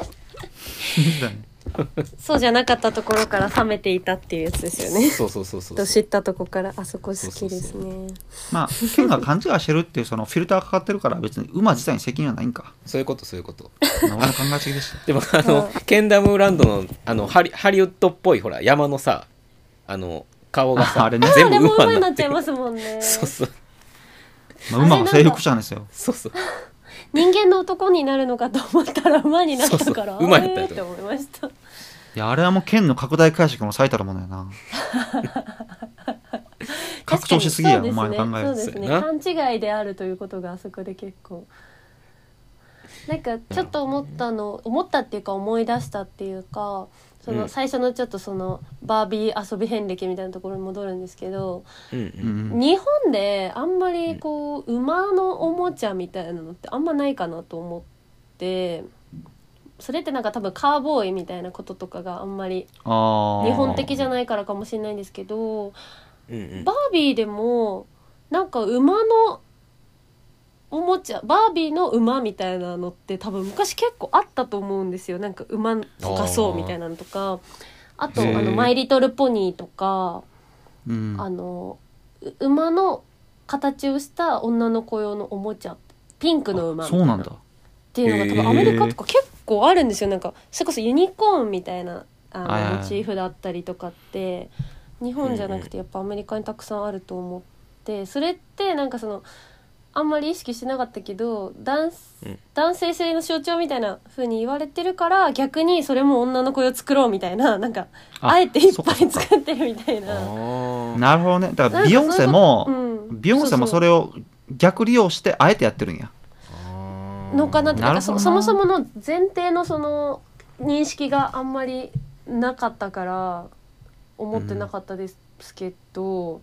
そうじゃなかったところから冷めていたっていうやつですよねそうそうそうそうと知ったとこからあそこ好きですそうねまあケンが勘違いしてるっていうそのフィルターかかってるから別に馬自体に責任はないんかそういうことそういうこと俺の考えすぎでしたでもあのケンダムランドのあのハリハリウッドっぽいほら山のさあの顔があさあれねあ全れ部も馬馬ににななっっちゃていますもんねそうそうまあ、馬は征服者なんですよそうそう人間の男になるのかと思ったら馬になったからそうそう馬になったよえーって思いましたいやあれはもう剣の拡大解釈の最たるものや な拡張しすぎや、お前の考えそうですそうねやな勘違いであるということがあそこで結構なんかちょっと思ったの思ったっていうか思い出したっていうかそのうん最初のちょっとそのバービー遊び遍歴みたいなところに戻るんですけど、うんううんん日本であんまりこう馬のおもちゃみたいなのってあんまないかなと思ってそれってなんか多分カーボーイみたいなこととかがあんまりああ日本的じゃないからかもしれないんですけどうんうんバービーでもなんか馬のおもちゃバービーの馬みたいなのって多分昔結構あったと思うんですよなんか馬とかそうみたいなのとかあとあへーの「マイ・リトル・ポニー」とか。うんあのう馬の形をした女の子用のおもちゃピンクの馬あみそたいうななっんだていうのが多分アメリカとか結構あるんですよなんかそれこそユニコーンみたいなはいあはいのはいモチーフだったりとかって日本じゃなくてやっぱアメリカにたくさんあると思ってそれってなんかそのあんまり意識してなかったけど男,、うん男性性の象徴みたいな風に言われてるから逆にそれも女の子を作ろうみたいななんかあえていっそぱかいそか作ってるみたいな。あなるほどねだからなんかビヨンセもうんビヨンセもそれを逆利用してあえてやってるんやあのかなってななんるかほどそなそもそもの前提のその認識があんまりなかったから思ってなかったですけど、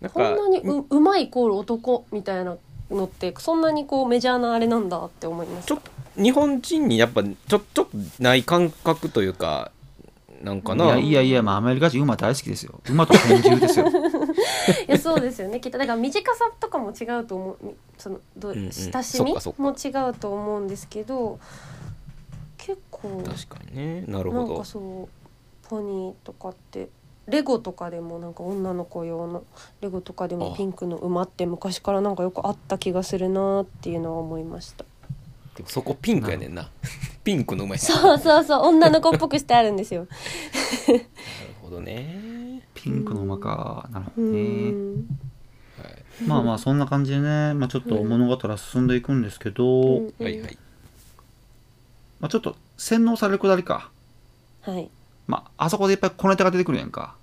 なんこんかなにううまいイコール男みたいなのってそんなにこうメジャーなあれなんだって思いましちたょっと日本人にやっぱちょちょっとない感覚というかなんかいなやいやいや、まあ、アメリカ人馬大好きですよ馬と拳銃 ですよいやそうですよねきっとだから短さとかも違うと思うみそのどううんうん親しそっみかそっかも違うと思うんですけど結構確かにねなるなほんどかそうポニーとかってレゴとかでもなんか女の子用のレゴとかでもあピンクの馬って昔からなんかよくあった気がするなっていうのは思い ましたでもそこピンクやねんなピンクの馬やなそうそうそう女の子っぽくしてあるん ですよ、なるほどねピンクの馬かなるほうどねんはいまあまあそんな感じでね、まあ、ちょっと物語は進んでいくんですけど、うんはいはいまあ、ちょっと洗脳されるくだりか、はいまあ、あそこでいっぱい小ネタが出てくるやんか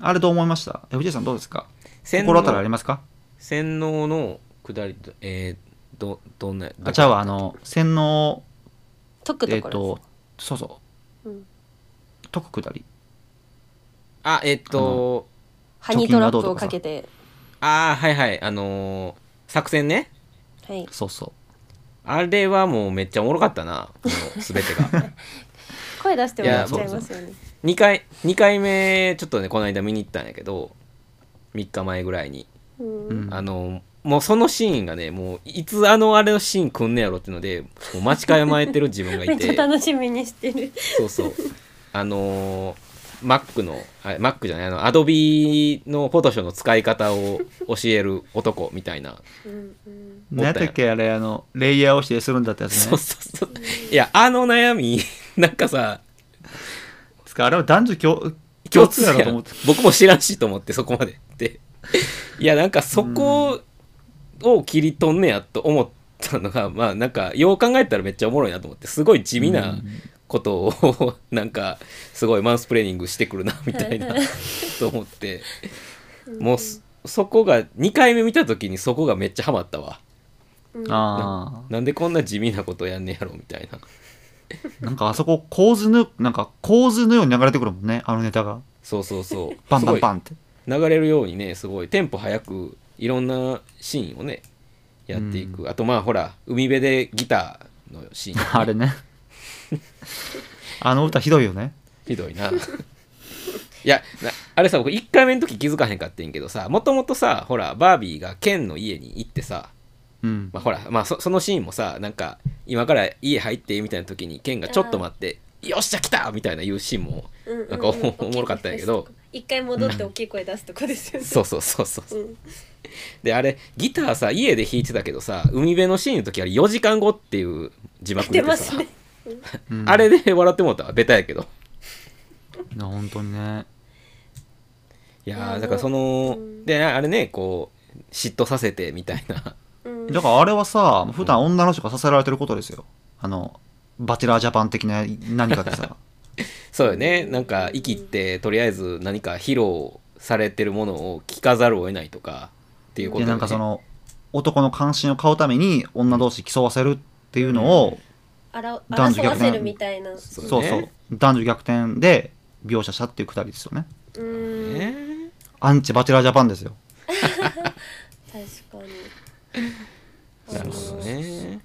あれどう思いましたえ藤井さんどうですか洗心当たりあり脳ますか洗脳の下りとえー、どどんなあちゃうわあの洗脳解くえっ、とことろでそうそうす、うん、解くくだりあえっとハニートラップをかけてああはいはいあのー作戦ねはいそうそうあれはもうめっちゃおもろかったなもう全て が声出してもらっちいゃやいますよね2回二回目ちょっとねこの間見に行ったんやけど3日前ぐらいにうんうんあのもうそのシーンがねもういつあのあれのシーン来んねやろっていうのでもう 待ち構えてる自分がめいっちゃて楽しみにしてるそうそうあのー Mac のあ Mac じゃないあの Adobe の Photoshop の使い方を教える男みたいなうんうんお何やったやんったっけあれあのレイヤーを指定するんだってやつそうねそうそういやあの悩みなんかさつかあれは男女共共共通通ややんろと思って 僕も知らんしと思ってそこまでっていやなんかそこを切り取んねやと思ったのがまあなんかよう考えたらめっちゃおもろいなと思ってすごい地味うなんことを なんかすごいマウスプレーニングしてくるなみたいなと思ってもうそそこが2回目見た時にそこがめっちゃハマったわうんあなんでこんな地味なことやんねやろみたいなあなんかあそこ構図のなんか構図のように流れてくるもんねあのネタがそうそうそうバンバンバンンって流れるようにねすごいテンポ早くいろんなシーンをねやっていく、あとまあほら海辺でギターのシー ンあれねあの歌ひどいよねひどいないやなあれさ僕1回目の時気づかへんかってんけどさもともとさほらバービーがケンの家に行ってさうんまあほら、まあそそのシーンもさなんか今から家入ってみたいな時にケンがちょっと待って「よっしゃ来た!」みたいな言うシーンもううなんかおおもろかったんやけど一回戻って大きい声出すとこですよねそうそうそうそうう、ん、であれギターさ家で弾いてたけどさ海辺のシーンの時あれ4時間後っていう字幕出出てまさ、すねうんあれで笑ってもうたわベタやけどいや本当にねいやいやもーうだからその、うんであれねこう嫉妬させてみたい なうんだからあれはさ普段女の人がさせられてることですよあのバチェラージャパン的な何かで さそうよねなんか生きってとりあえず何か披露されてるものを聞かざるを得ないとかっていうことでよねなんかその男の関心を買うために女同士競わせるっていうのを、あら男女争逆わ転せるみたいなそうそうねそう男女逆転で描写したっていうくだりですよねうん、ねアンチバチェラージャパンですよ確 かになるほどね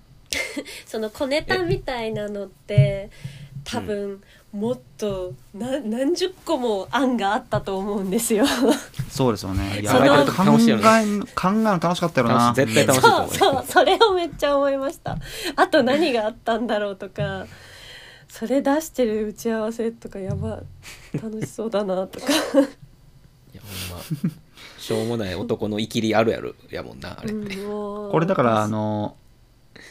その小ネタみたいなのって多分もっとな何十個も案があったと思うんですよ。そうですよねいやそあのれ考楽しいよねえん考えるの楽しかったよな楽しい絶対楽しいとそ思ううそうそれをめっちゃ思いました。あと何があったんだろうとかそれ出してる打ち合わせとかやば楽しそうだなとかいやほんましょうもない男のいきりあるやるやもんなあれって、これだからあの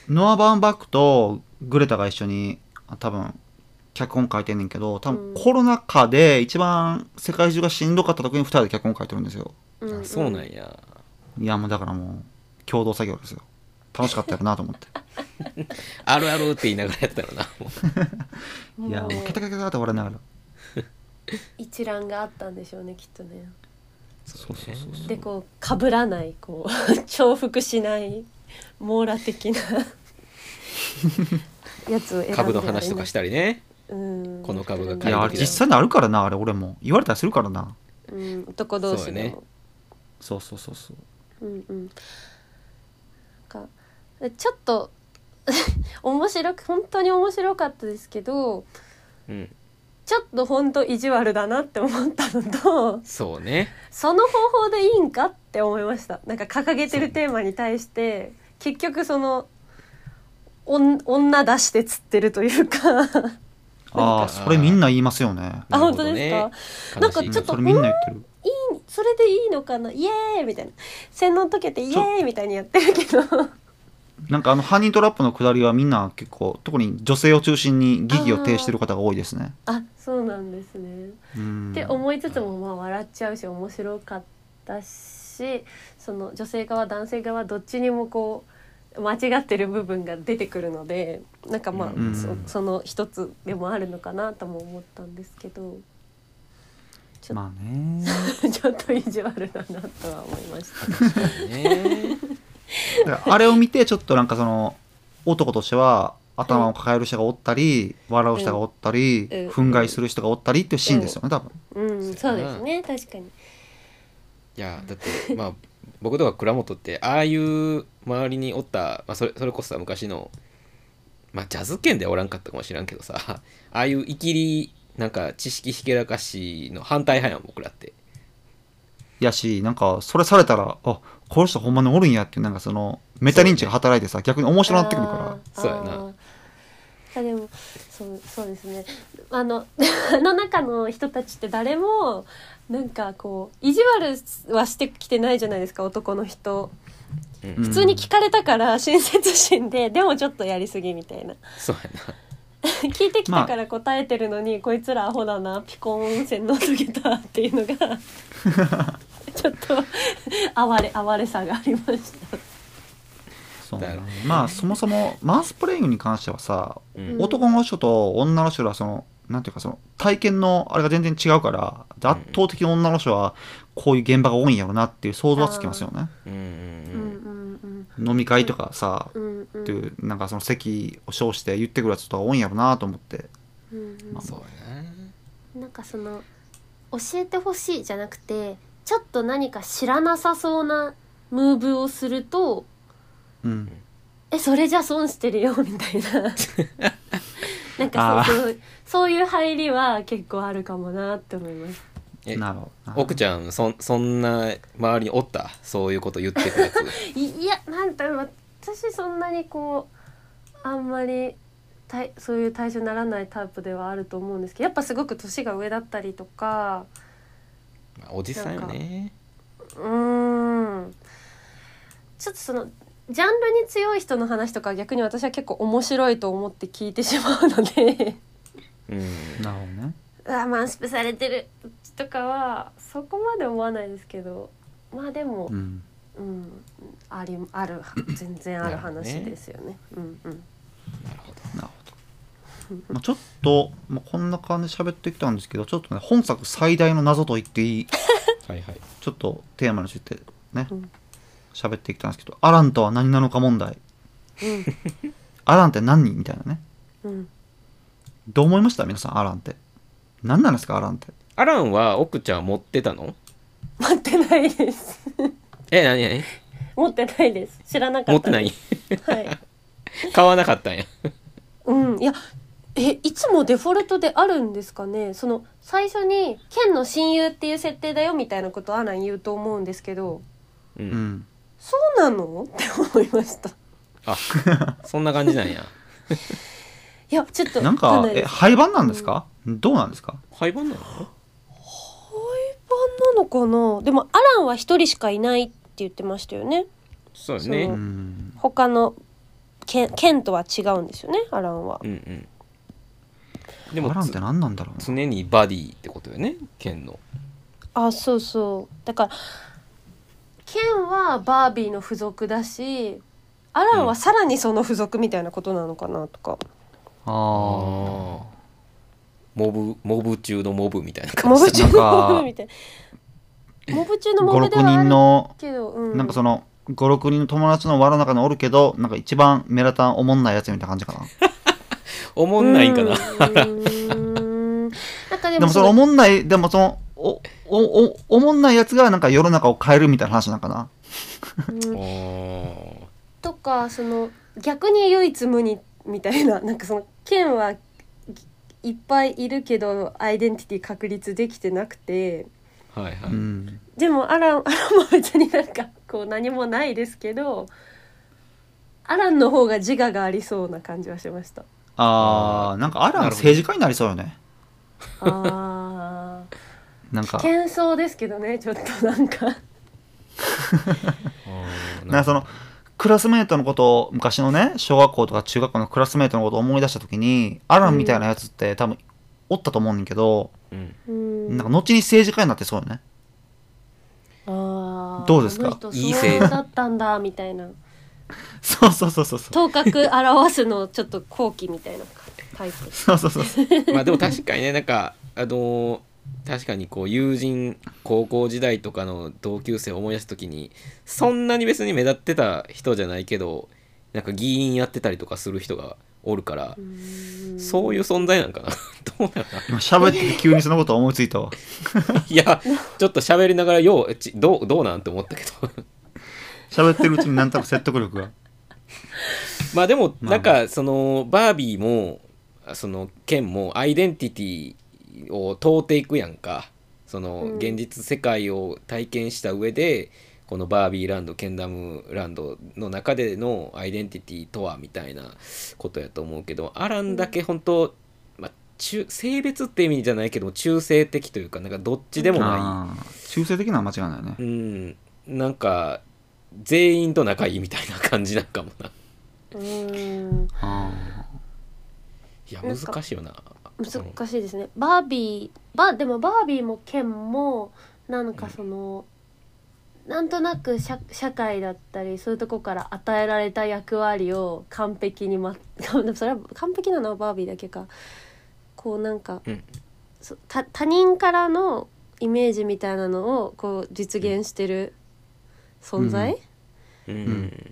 のノア・バーンバックとグレタが一緒に多分脚本書いてんねんけど多う分んコロナ禍で一番世界中がしんどかった時に2人で脚本書いてるんですよあそうなんやいやもうだからもう共同作業ですよ楽しかったよなと思 ってあるあるって言いながらやったらなもういやもうケタケタケタって笑いながら一覧があったんでしょうねきっとね。そうそうそうでこうかぶらないこう 重複しない網羅 的なやつを選んで株の話とかしたりねうんこの株がい買やるあれ実際にあるからなあれ俺も言われたりするからなうん、男同士でもそうよねそうそうそうそううんうんなんかちょっと 面白く本当に面白かったですけどうんちょっと本当意地悪だなって思ったのとそうねその方法でいいんかって思いましたなんか掲げてるテーマに対して結局そのおん女出して釣ってるとい うかああそれみんな言いますよねなるあ本ほ当どねですか悲しなんいかうんちょっとそれみんな言ってるいいそれでいいのかなイエーイみたいな洗脳解けてイエーイみたいにやってるけどなんかあのハニートラップの下りはみんな結構特に女性を中心に疑義を呈してる方が多いですね。 あそうなんですね。うんって思いつつもまあ笑っちゃうし面白かったしその女性側男性側どっちにもこう間違ってる部分が出てくるのでなんかまあ、うんそその一つでもあるのかなとも思ったんですけど ちょまあねちょっと意地悪だなとは思い ました。ねだからあれを見てちょっとなんかその男としては頭を抱える人がおったり笑う人がおったりうん憤慨する人がおったりっていうシーンですよね多分。うん、そそううやでなすね確かにいやだってまあ僕とか倉本ってああいう周りにおった、まあ、それそれこそさ昔のまあジャズ圏ではおらんかったかもしらんけどさああいういきりなんか知識ひけらかしの反対派やん僕らってやしなんかそれされたらあこの人ほんまにおるんやっていうなんかそのメタ認知が働いてさ逆に面白なってくるからあーそうやなあーあでもそうそうですねあの あの中の人たちって誰もなんかこう意地悪はしてきてないじゃないですか男の人うんうん普通に聞かれたから親切心で、でもちょっとやりすぎみたいな そう聞いてきたから答えてるのに、こいつらアホだなピコーン洗脳解けたっていうのがちょっと哀れ哀れさがありましたそうだよねまあそもそもマウスプレイングに関してはさ、やな、うん男の人と女の人はそのなんていうかその体験のあれが全然違うからでうん圧倒的に女の人はこういう現場が多いんやろなっていう想像はつきますよねうん、うんううんうんん飲み会とかさ、うんうんうんっていうなんかその席を称して言ってくるやつとか多いんやろなと思ってうんうんまあそうやななんかその教えてほしいじゃなくてちょっと何か知らなさそうなムーブをするとうんえそれじゃ損してるよみたい ななんかあーそうそうそういう入りは結構あるかもなって思いますえなるほどな奥ちゃんそんそんな周りにおったそういうこと言ってくやついいやなんだろう私そんなにこうあんまり対そういう対象にならないタイプではあると思うんですけどやっぱすごく年が上だったりとかまあおじさんよねうーんちょっとそのジャンルに強い人の話とか逆に私は結構面白いと思って聞いてしまうのでうんなるほどねうわマンスプされてるとかはそこまで思わないですけどまあでもう、んうんありある全然ある話ですよね。うんうんなるほどなるほど、まあ、ちょっと、まあ、こんな感じで喋ってきたんですけどちょっとね本作最大の謎と言っていいはいはいちょっとテーマについてねうん喋ってきたんですけどアランとは何なのか問題うんアランって何みたいなねうんどう思いました皆さんアランって何なんですかアランってアランは奥ちゃん持ってたの持ってないです。え何何持ってないです。知らなかった。持ってないはい。買わなかったんやうん、いやえいつもデフォルトであるんですかねその最初に「剣の親友」っていう設定だよみたいなことアナン言うと思うんですけどううんんそうなのって思いましたいあそんな感じなんややちょっとなんわかいえです廃盤なんですかどうなんですか廃盤なの版なのかなでもアランは一人しかいないって言ってましたよねそうようねん他の剣剣とは違うんですよねアランはうんうんででももアランっつて何なんだろうな常にバディってことよね剣のあそうそうだからケンはバービーの付属だしアランはさらにその付属みたいなことなのかなとか、ああモブモブ中のモブみたいな感モじブだなんかな中のモブみたいなモブ中のモブで56はあ人るのけど、うん、なんかその56人の友達の輪の中におるけどなんか一番メラタンおもんないやつみたいな感じかなおもんないんか なうんうーんなんかででももそのおもんないでもそのおおおおもんないやつがなんか世の中を変えるみたいな話なんかなうんおとかその逆に唯一無二みたいななんかその剣はいいっぱいいるけどアイデンティティ確立できてなくてーはいはうい、んでもアランアランも別になんかこう何もないですけどアランの方が自我がありそうな感じはしました。あーなんかアラン政治家になりそうよねあーなんか危険そうですけどねちょっとなんかあなーんかそのクラスメートのことを昔のね小学校とか中学校のクラスメートのことを思い出した時にアランみたいなやつって多分おったと思うねんだけど、うんうんなんか後に政治家になってそうよねあーどうですかあの人いいそうせいだったんだみたいなそうそうそうそうそう頭角表すのちょっと後期みたいなタイプそうそうそうそうまあでも確かにねなんかあのー確かにこう友人高校時代とかの同級生を思い出す時にそんなに別に目立ってた人じゃないけどなんか議員やってたりとかする人がおるからそういう存在なんかなどうなんだ今喋ってて急にそのこと思いついたわいやちょっと喋りながらようちどうどうなんて思ったけど喋ってるうちになんとなく説得力がまあでもまあなんかそのバービーもそのケンもアイデンティティを問うていくやんかそのうん現実世界を体験した上でこのバービーランドケンダムランドの中でのアイデンティティとはみたいなことやと思うけどアランだけ本当中性別って意味じゃないけども中性的というかなんかどっちでもなあー中性的なのは間違いないねい、うん、なんか全員と仲いいみたいな感じなんかもなうーんあいやなんか難しいよなうん難しいですねバービーバでもバービーもケンもなんかその、なんとなく社社会だったりそういうとこから与えられた役割を完璧にま でもそれは完璧なのはバービーだけかこうなんか、うんそた他人からのイメージみたいなのをこう実現してる存在、うんうん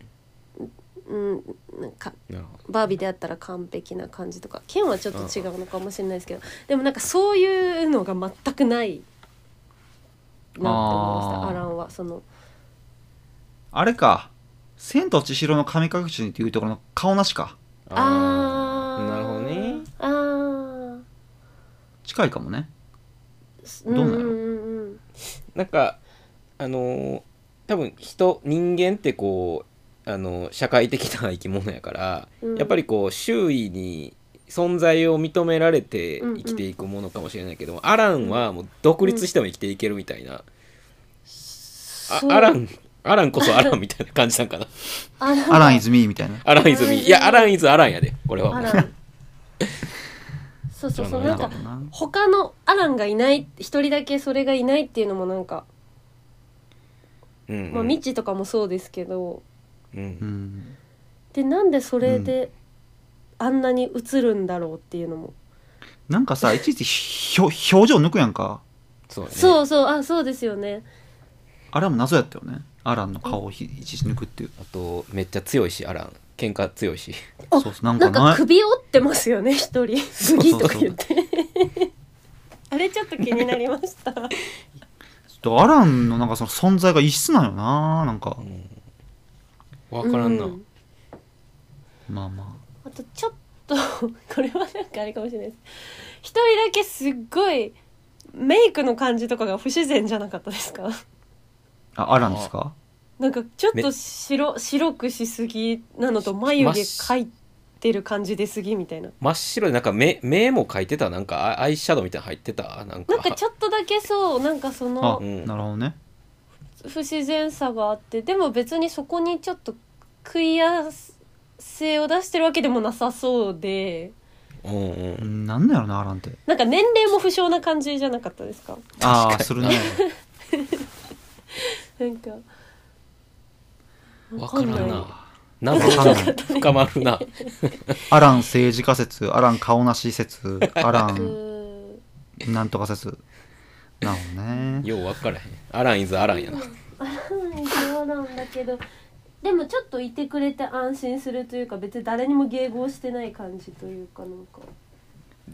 なんかなるほどバービーであったら完璧な感じとか剣はちょっと違うのかもしれないですけどでもなんかそういうのが全くないなと思いましあーたアランはそのああれか「千と千尋の神隠し」っていうところの顔なしかあーなるほどねあー近いかもねすどうなのんうんうんなんかあのー多分人人間ってこうあのー社会的な生き物やから、うんやっぱりこう周囲に存在を認められて生きていくものかもしれないけども、アランはもう独立しても生きていけるみたいな、あそうアランアランこそアランみたいな感じ なんかな「アランアラン・イズ・ミー」みたいなアランイズミいやアランイズアランやでこれはもアうラン そうそうそうそうななんんだかるほどな他のアランがいない一人だけそれがいないっていうのもなんか、うんうんまあ、ミッチとかもそうですけど、ううんんでなんでそれであんなに映るんだろうっていうのも、なんかさいちいちひょ表情抜くやんかそうだねそうそうあそうですよねあれも謎やったよねアランの顔をひいちいち抜くっていうあとめっちゃ強いしアラン喧嘩強いしあそうそうなんなかんかない首折ってますよね一人うそうそうブギとか言ってあれちょっと気になりましたアランのなんかその存在が異質なんよななんかわからんな、うまあまあとちょっとこれはなんかあれかもしれないです一人だけすっごいメイクの感じとかが不自然じゃなかったですかああアランですかなんかちょっとめ白白くしすぎなのと眉毛描いてる感じですぎみたいな真っ白でなんか目目も描いてたなんかアアイシャドウみたいなの入ってたなんかなんかちょっとだけそうなんかそあ、のうんなるほどね不自然さがあってでも別にそこにちょっと食い合わせを出してるわけでもなさそうでうんうんうんなんなんやろなアランってなんか年齢も不詳な感じじゃなかったですかああするねなんかわからんわかんないな謎が深まるな アラン政治家説アラン顔なし 説アラうンーんなんとか説なるほどねよう分からへんアランイズアランやなそうなんだけどでもちょっといてくれて安心するというか別に誰にも迎合してない感じというかなんか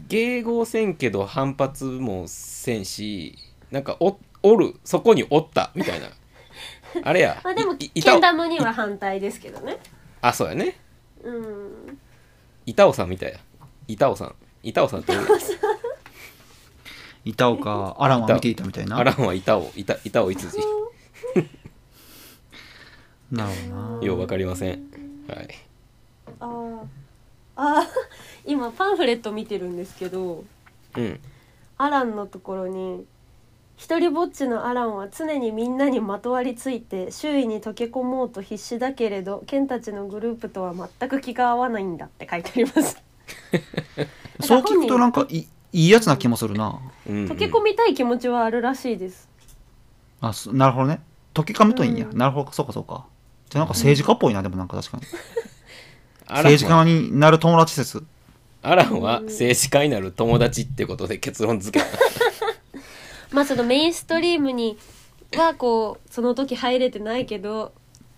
迎合せんけど反発もせんしなんかおおるそこにおったみ たいなあれやまあでもいけいん板尾玉には反対ですけどねあそうやねうん板尾さんみたいや板尾さん板尾さんっておる板岡アランは見ていたみたいなアランは板尾板板尾いつじなるほどなよう分かりませんはいあーあー 今パンフレット見てるんですけどうんアランのところに「一人ぼっちのアランは常にみんなにまとわりついて周囲に溶け込もうと必死だけれどケンたちのグループとは全く気が合わないんだ」って書いてあります。そう聞くとなんかいいいいやつな気もするなうんうん溶け込みたい気持ちはあるらしいです。あそなるほどね溶け込むといいんや、うんなるほどそうかそうかじゃあなんか政治家っぽいなでもなんか確かにアラ政ンは治家になる友達説アランは政治家になる友達ってことで結論付け た。まあそのメインストリームにはこうその時入れてないけど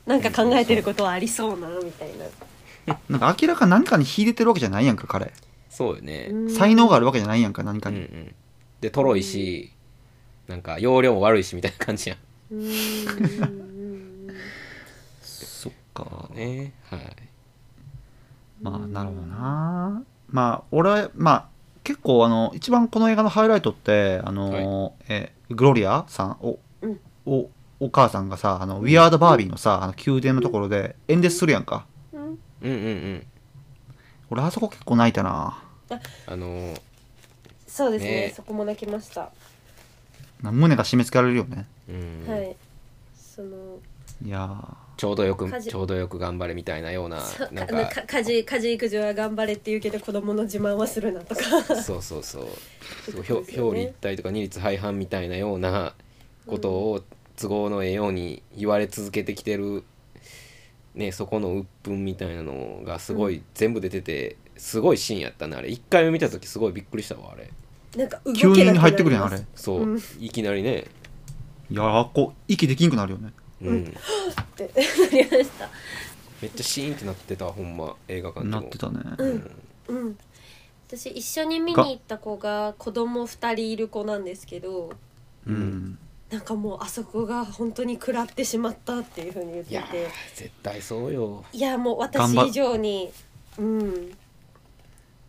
なんか考えてることはありそうなみたいな。なんか明らかに何かに秀でてるわけじゃないやんか彼そうよね。うん才能があるわけじゃないやんか何うかんうに、ん。で、とろいし、なんか容量も悪いしみたいな感じやうーんそっかん。ね。はい。 まあなるほどなまあ俺はまあ結構あの一番この映画のハイライトってあの、えグロリアさんお,、うんおお母さんがさあのウィアード・バービーのさあの宮殿のところで演説するやんかうんうんうんうん。俺あそこ結構泣いたなあのーそうですねねそこも泣きました、な胸が締め付けられるよね。うんはいそのいやちょうどよく家事ちょうどよく頑張れみたいなようなそうなんかかか家事家事育児は頑張れって言うけど子供の自慢はするなとかそうそうそうそうそうで表すよね表裏一体とか二律背反みたいなようなことを都合のええように言われ続けてきてる、ね、そこの鬱憤みたいなのがすごい全部出ててすごいシーンやったねあれ1回目見た時すごいびっくりしたわあれなんか動ーけ急なくなりますに入ってくるやん、あれ。いそう、うんいきなりね、やー、あっこ、息できんくなるよね。うんうんって なりましためっちゃシーンってなってたほんま映画館でもなってたね。うんうん私一緒に見に行った子が子供二人いる子なんですけどううんん。なんかもうあそこが本当に食らってしまったっていうふうに言っていやーて絶対そうよいやもう私以上にうん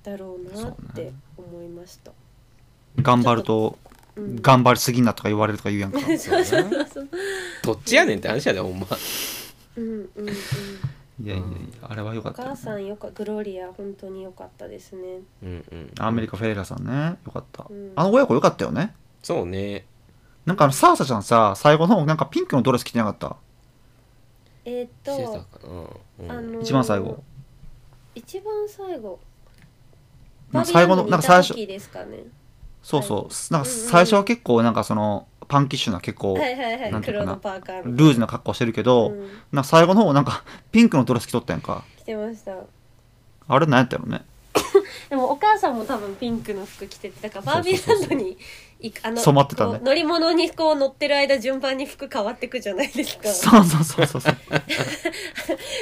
だろうなって思いました頑張ると、うん頑張りすぎんなとか言われるとか言うやんか。いそうやなどっちやねんって話やでほんまうんうんうんやいやいや、あれはよかおったよ母ね、さんよかグローリア本当に良かったですねうんうんアメリカ・フェレラさんね。よかったうん。あの親子よかったよね。そうねなんかあの、サーサちゃんさ、最後の方、なんかピンクのドレス着てなかった。えーっしてたとかな、あうんのー一番最後。一番最後なんか最後の、なんか最初バ、ビロンにいた時ですかねそうそう。なんかうんうん最初は結構、なんかその、パンキッシュな結構、はいはいはないんていう黒かなのパーカーのルーズな格好してるけど、うん、なんか最後の方なんかピンクのドレス着とったやんか着てましたあれなんやったのねでもお母さんも多分ピンクの服着ててだからバービーランドに行くあの染まってたねこう乗り物にこう乗ってる間順番に服変わってくじゃないですかそうそうそうそうそう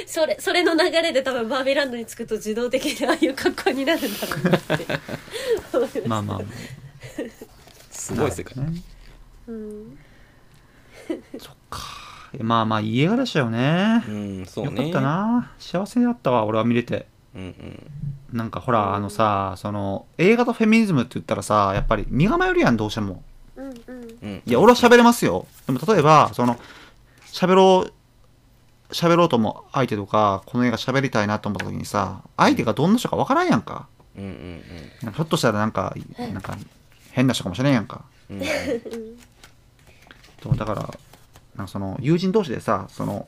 それそれの流れで多分バービーランドに着くと自動的にああいう格好になるんだろうなって思いしたまあまあまあすごい世界、なるほどねうんまあまあいい映画でしたよねうんそうよねかったな幸せだったわ俺は見れてうんうんなんかほらあのさその映画とフェミニズムって言ったらさやっぱり身構えるやんどうしてもうんうんうんいや俺は喋れますよでも例えばその喋ろう喋ろうとも相手とかこの映画喋りたいなと思った時にさ相手がどんな人かわからんやんかうんうんなんかひょっとしたらなんかなんか変な人かもしれんやんかうんうんうんそうだからなんかその友人同士でさその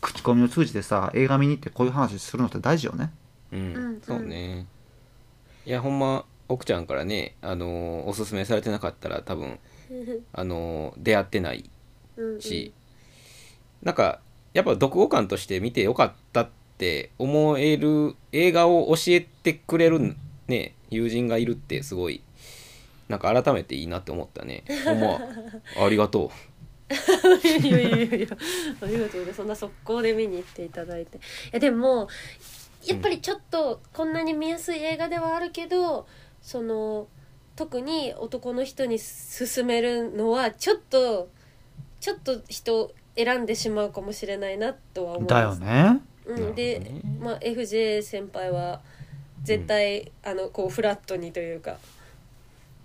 く口コミを通じてさ映画見に行ってこういう話するのって大事よねうんうんうんそうねいやほんま奥ちゃんからねあのーおすすめされてなかったら多分あのー出会ってないうんし、なんかやっぱ読後感として見てよかったって思える映画を教えてくれるね友人がいるってすごいなんか改めていいなって思ったねほんまありがといやいやいやいやありがとうねそんな速攻で見に行っていただいていやでもやっぱりちょっとこんなに見やすい映画ではあるけどその特に男の人に勧めるのはちょっとちょっと人を選んでしまうかもしれないなとは思いますだよねううん、で、なるほどねまあ、FJ 先輩は絶対、あのこうフラットにというか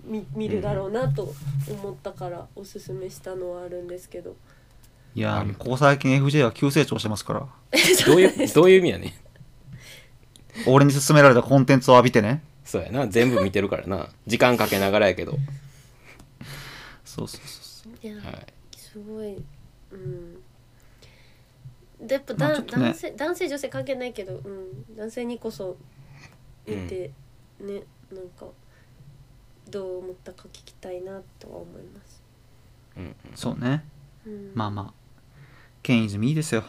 見見るだろうなと思ったからおすすめしたのはあるんですけど。いやーここ最近 FJ は急成長してますからどういうどういう意味やね俺に勧められたコンテンツを浴びてねそうやな全部見てるからな時間かけながらやけど、そうそうそうそういや、はい、すごい、うん。でやっぱ、まあだんちょっとね男性男性女性関係ないけど、うん、男性にこそ見て、ねなんかどう思ったか聞きたいなとは思います。うんうんそうねうん、まあまあケンイズミいいですよ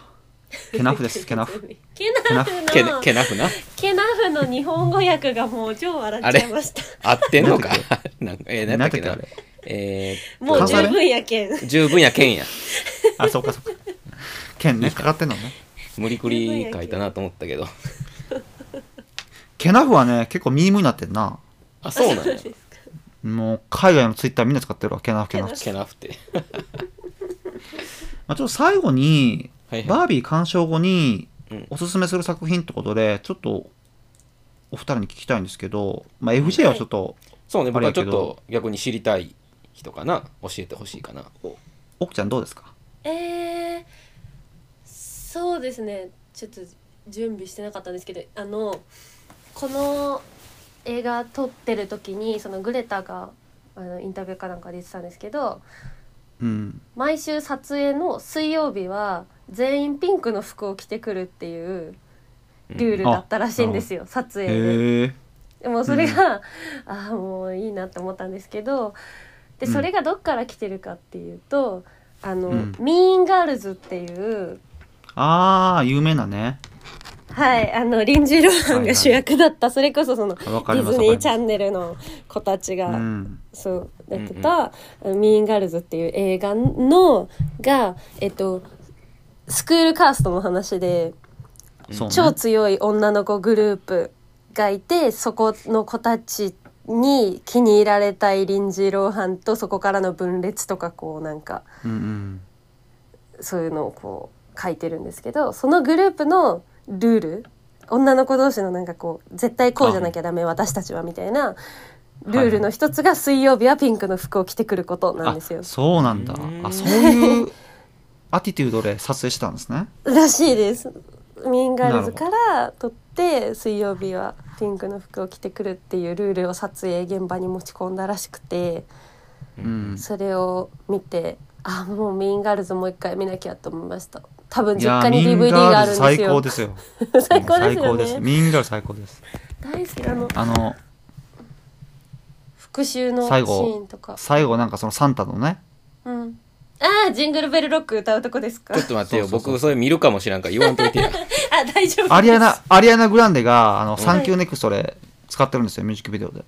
ケナフ ですケナフ。ケナフのけなけなふなケナフの日本語訳がもう超笑っちゃいました。合ってんのかなんかえー、何やったっけ何なやったっえー、もう関十西弁分やけん。十分やけんやあそうかそうかケンねかかってんのね無理くり書いたなと思ったけどケナフはね結構ミームになってんなあそうなんやもう海外のツイッターみんな使ってるわケナフケナフ、けなふってまあ、ちょっと最後にはいはいバービー鑑賞後にうんおすすめする作品ってことで、ちょっとお二人に聞きたいんですけど、まあ、FJ はちょっと、そうねあ僕れやはちけょっどと逆に知りたい人かな教えてほしいかな奥ちゃんどうですかえー、そうですねちょっと準備してなかったんですけどあのこの映画撮ってる時にそのグレタがあのインタビューかなんかで言ってたんですけどうん。毎週撮影の水曜日は全員ピンクの服を着てくるっていうルールだったらしいんですよ、撮影で。へえ。でもそれが、ああもういいなって思ったんですけどでうんそれがどっから来てるかっていうと、あの、うんミーンガールズっていうああ、有名なね。はいあの臨時ローランが主役だった、それこそそのデあわかりィます。ズニーチわかャンネルの子たちりが、ますそうやってた「ミーンガールズ」っていう映画のがえっとスクールカーストの話でうん。そうね。超強い女の子グループがいてそこの子たちに気に入られたい臨時ローハンとそこからの分裂とかこうなんかうんうん。そういうのをこう書いてるんですけどそのグループのルール女の子同士のなんかこう絶対こうじゃなきゃダメ私たちはみたいなルールの一つが水曜日はピンクの服を着てくることなんですよあ。そうなんだうんあそういう アティテュードで撮影したんですねらしいですミーンガールズから撮って水曜日はピンクの服を着てくるっていうルールを撮影現場に持ち込んだらしくてうんそれを見てあもうミーンガールズもう一回見なきゃと思いました多分い実や家にミン DVD がガあールるズんで最す高よですよ 最高です最高よですねミンガールズ最高です大好きあのあの復讐のシ最後ーンとか最後なんかそのサンタのねうんああジングルベルロック歌うとこですかちょっと待ってよそうそうそう僕それ見るかもしらんから言わんといてや あ大丈夫ですアリア ナアリアナ・グランデがあのいサンキューネクストで使ってるんですよミュージックビデオで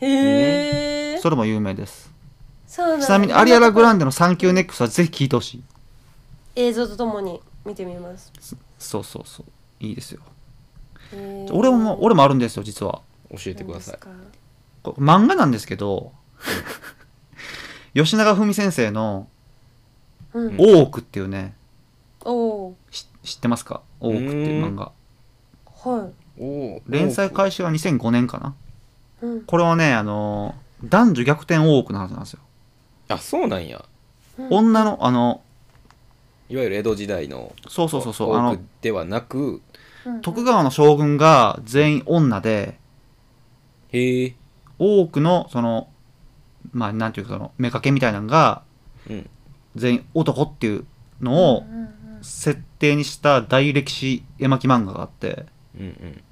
へえそれも有名ですそうなんだちなみにアリアナ・グランデのサンキューネクストはぜひ聴いてほしい映像とともに見てみますそうそうそういいですよへー俺も俺もあるんですよ実は教えてください何ですかこれ漫画なんですけ ど吉永文先生のう「ん、大奥」っていうねおし知ってますか「大奥」っていう漫画おは、おー連載開始は2005年かないうんこれはねあのー男女逆転大奥の話なんですよあそうなんやうん、女のあのいわゆる江戸時代のそうそうそうそうあ多のくではなく徳川の将軍が全員女でへえ大奥のそのまあなんていうかその妾みたいなのがうん全員男っていうのをうんうん設定にした大歴史絵巻漫画があってうんうん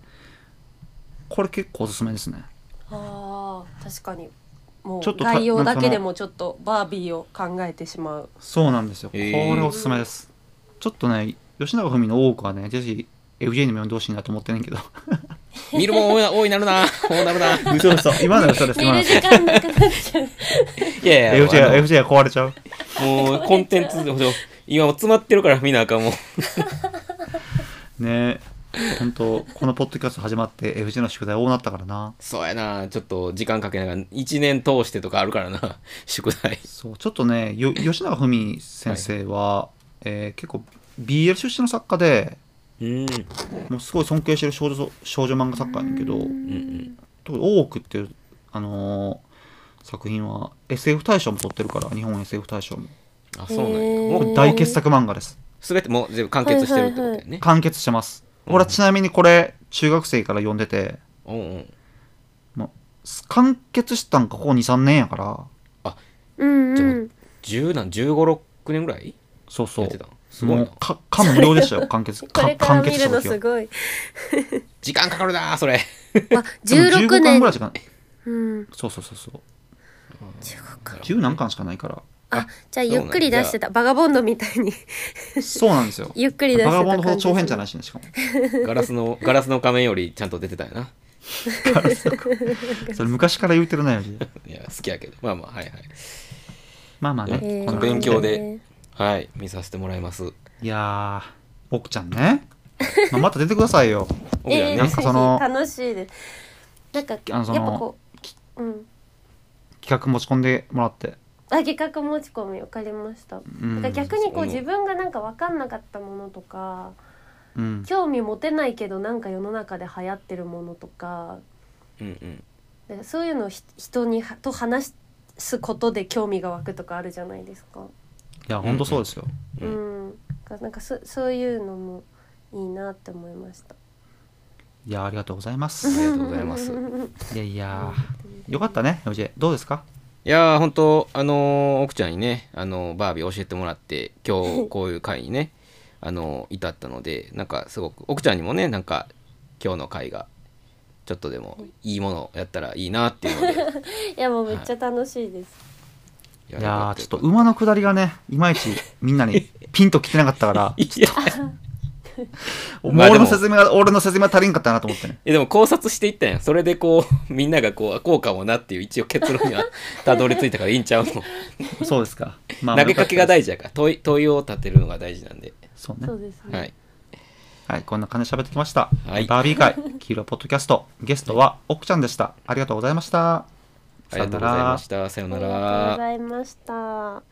これ結構おすすめですねあー確かにもうちょっとた概要だなんかそけのでもちょっとバービーを考えてしまうそうなんですよ。こへーれおすすめです。ちょっとね、吉永文の多くはね、ぜひ FJ にも読んでほしいなと思ってんねんけど。見るもん多いな多いなるな多いなるない嘘嘘。 今の嘘です、寝今のる嘘時。間なくなっ ちゃうやい や FJ あが、の FJ が壊れちゃう。も うコンテンツで今もう詰まってるから見なあかんもんねえ。本当このポッドキャスト始まって FJ の宿題多なったからな。そうやなちょっと時間かけながら1年通してとかあるからな 宿題そう、ちょっとね、よ吉永文先生は、えー結構 BL 出身の作家で、うんもうすごい尊敬してる少女少女漫画作家やねんけど、ん特に多くっていう、あのー作品は SF 大賞も取ってるから、日本 SF 大賞も。あそうなんやへーもう大傑作漫画です。全てもう全部完結してるってことだよね、完結してます。俺はちなみにこれ、中学生から読んでて、うんうん完結したんか、ここ2、3年やから、うんちうょ10んなん1 5 6年ぐらいそうそやうって。たのすごいもなう、か、か無料でしたよ、完結。これかか完ら見結しるたの時すは。ごい、時間かかるなそれまあ、でも16 15巻年ぐらいしかない。うん、そうそうそうそう。 15巻10何巻しかないから。あじゃあゆっくり出してたバガボンドみたいに そうなんですよ。ゆっくり出してバガたボンドほど長編じゃなないいしね、しかも。ガラスのガラスの仮面よりちゃんと出てたよなそれ昔から言うてるなよ、じ。いや好きやけどまあまあはいはいまあまあへね。ーこんな感勉じ強ではい見させてもらいますいやー、奥ちゃんね。まあまた出てくださいよ。僕らえー、 なんねかそのぜひ楽しいですなんかあのそのやっぱこううん企画持ち込んでもらって。あ企画持ち込み分かりましたうんだから逆にこううん自分がなんか分かんなかったものとかうん。興味持てないけどなんか世の中で流行ってるものとかうんうんなんかそういうのをひ人にはと話すことで興味が湧くとかあるじゃないですか。いや、ほんとそうですよ。ううんん、なんかそそういうのもいいなって思いました。いいやありがとうございまあ りすがとうございます。いやいやよかったね LJ どうですかいやー本当あのー奥ちゃんにね、あのーバービー教えてもらって今 日こういう会にね、あのー至ったのでなんかすごく奥ちゃんにもねなんか今日の会がちょっとでもいいものやったらいいなって いうのでいやもうめっちゃ楽しいです。いいやーちょっとう馬の下りがねいまいちみんなにピンときてなかったから いやもうまあで俺もの説明が俺の説明が足りんかったなと思ってね えでも考察していったやんそれでこうみんながこうあこうかもなっていう一応結論に はたどり着いたからいいんちゃうの、そうですか、 ま投げかけが大大事やから問い問いを立てるのが大事なんで、そうねそうですね。はいはいこんな感じで喋ってきました、はいバービー会黄色ポッドキャストゲストは奥ちゃんでしたありがとうございましたありがとうございましたさようあなりがとうごらざいました。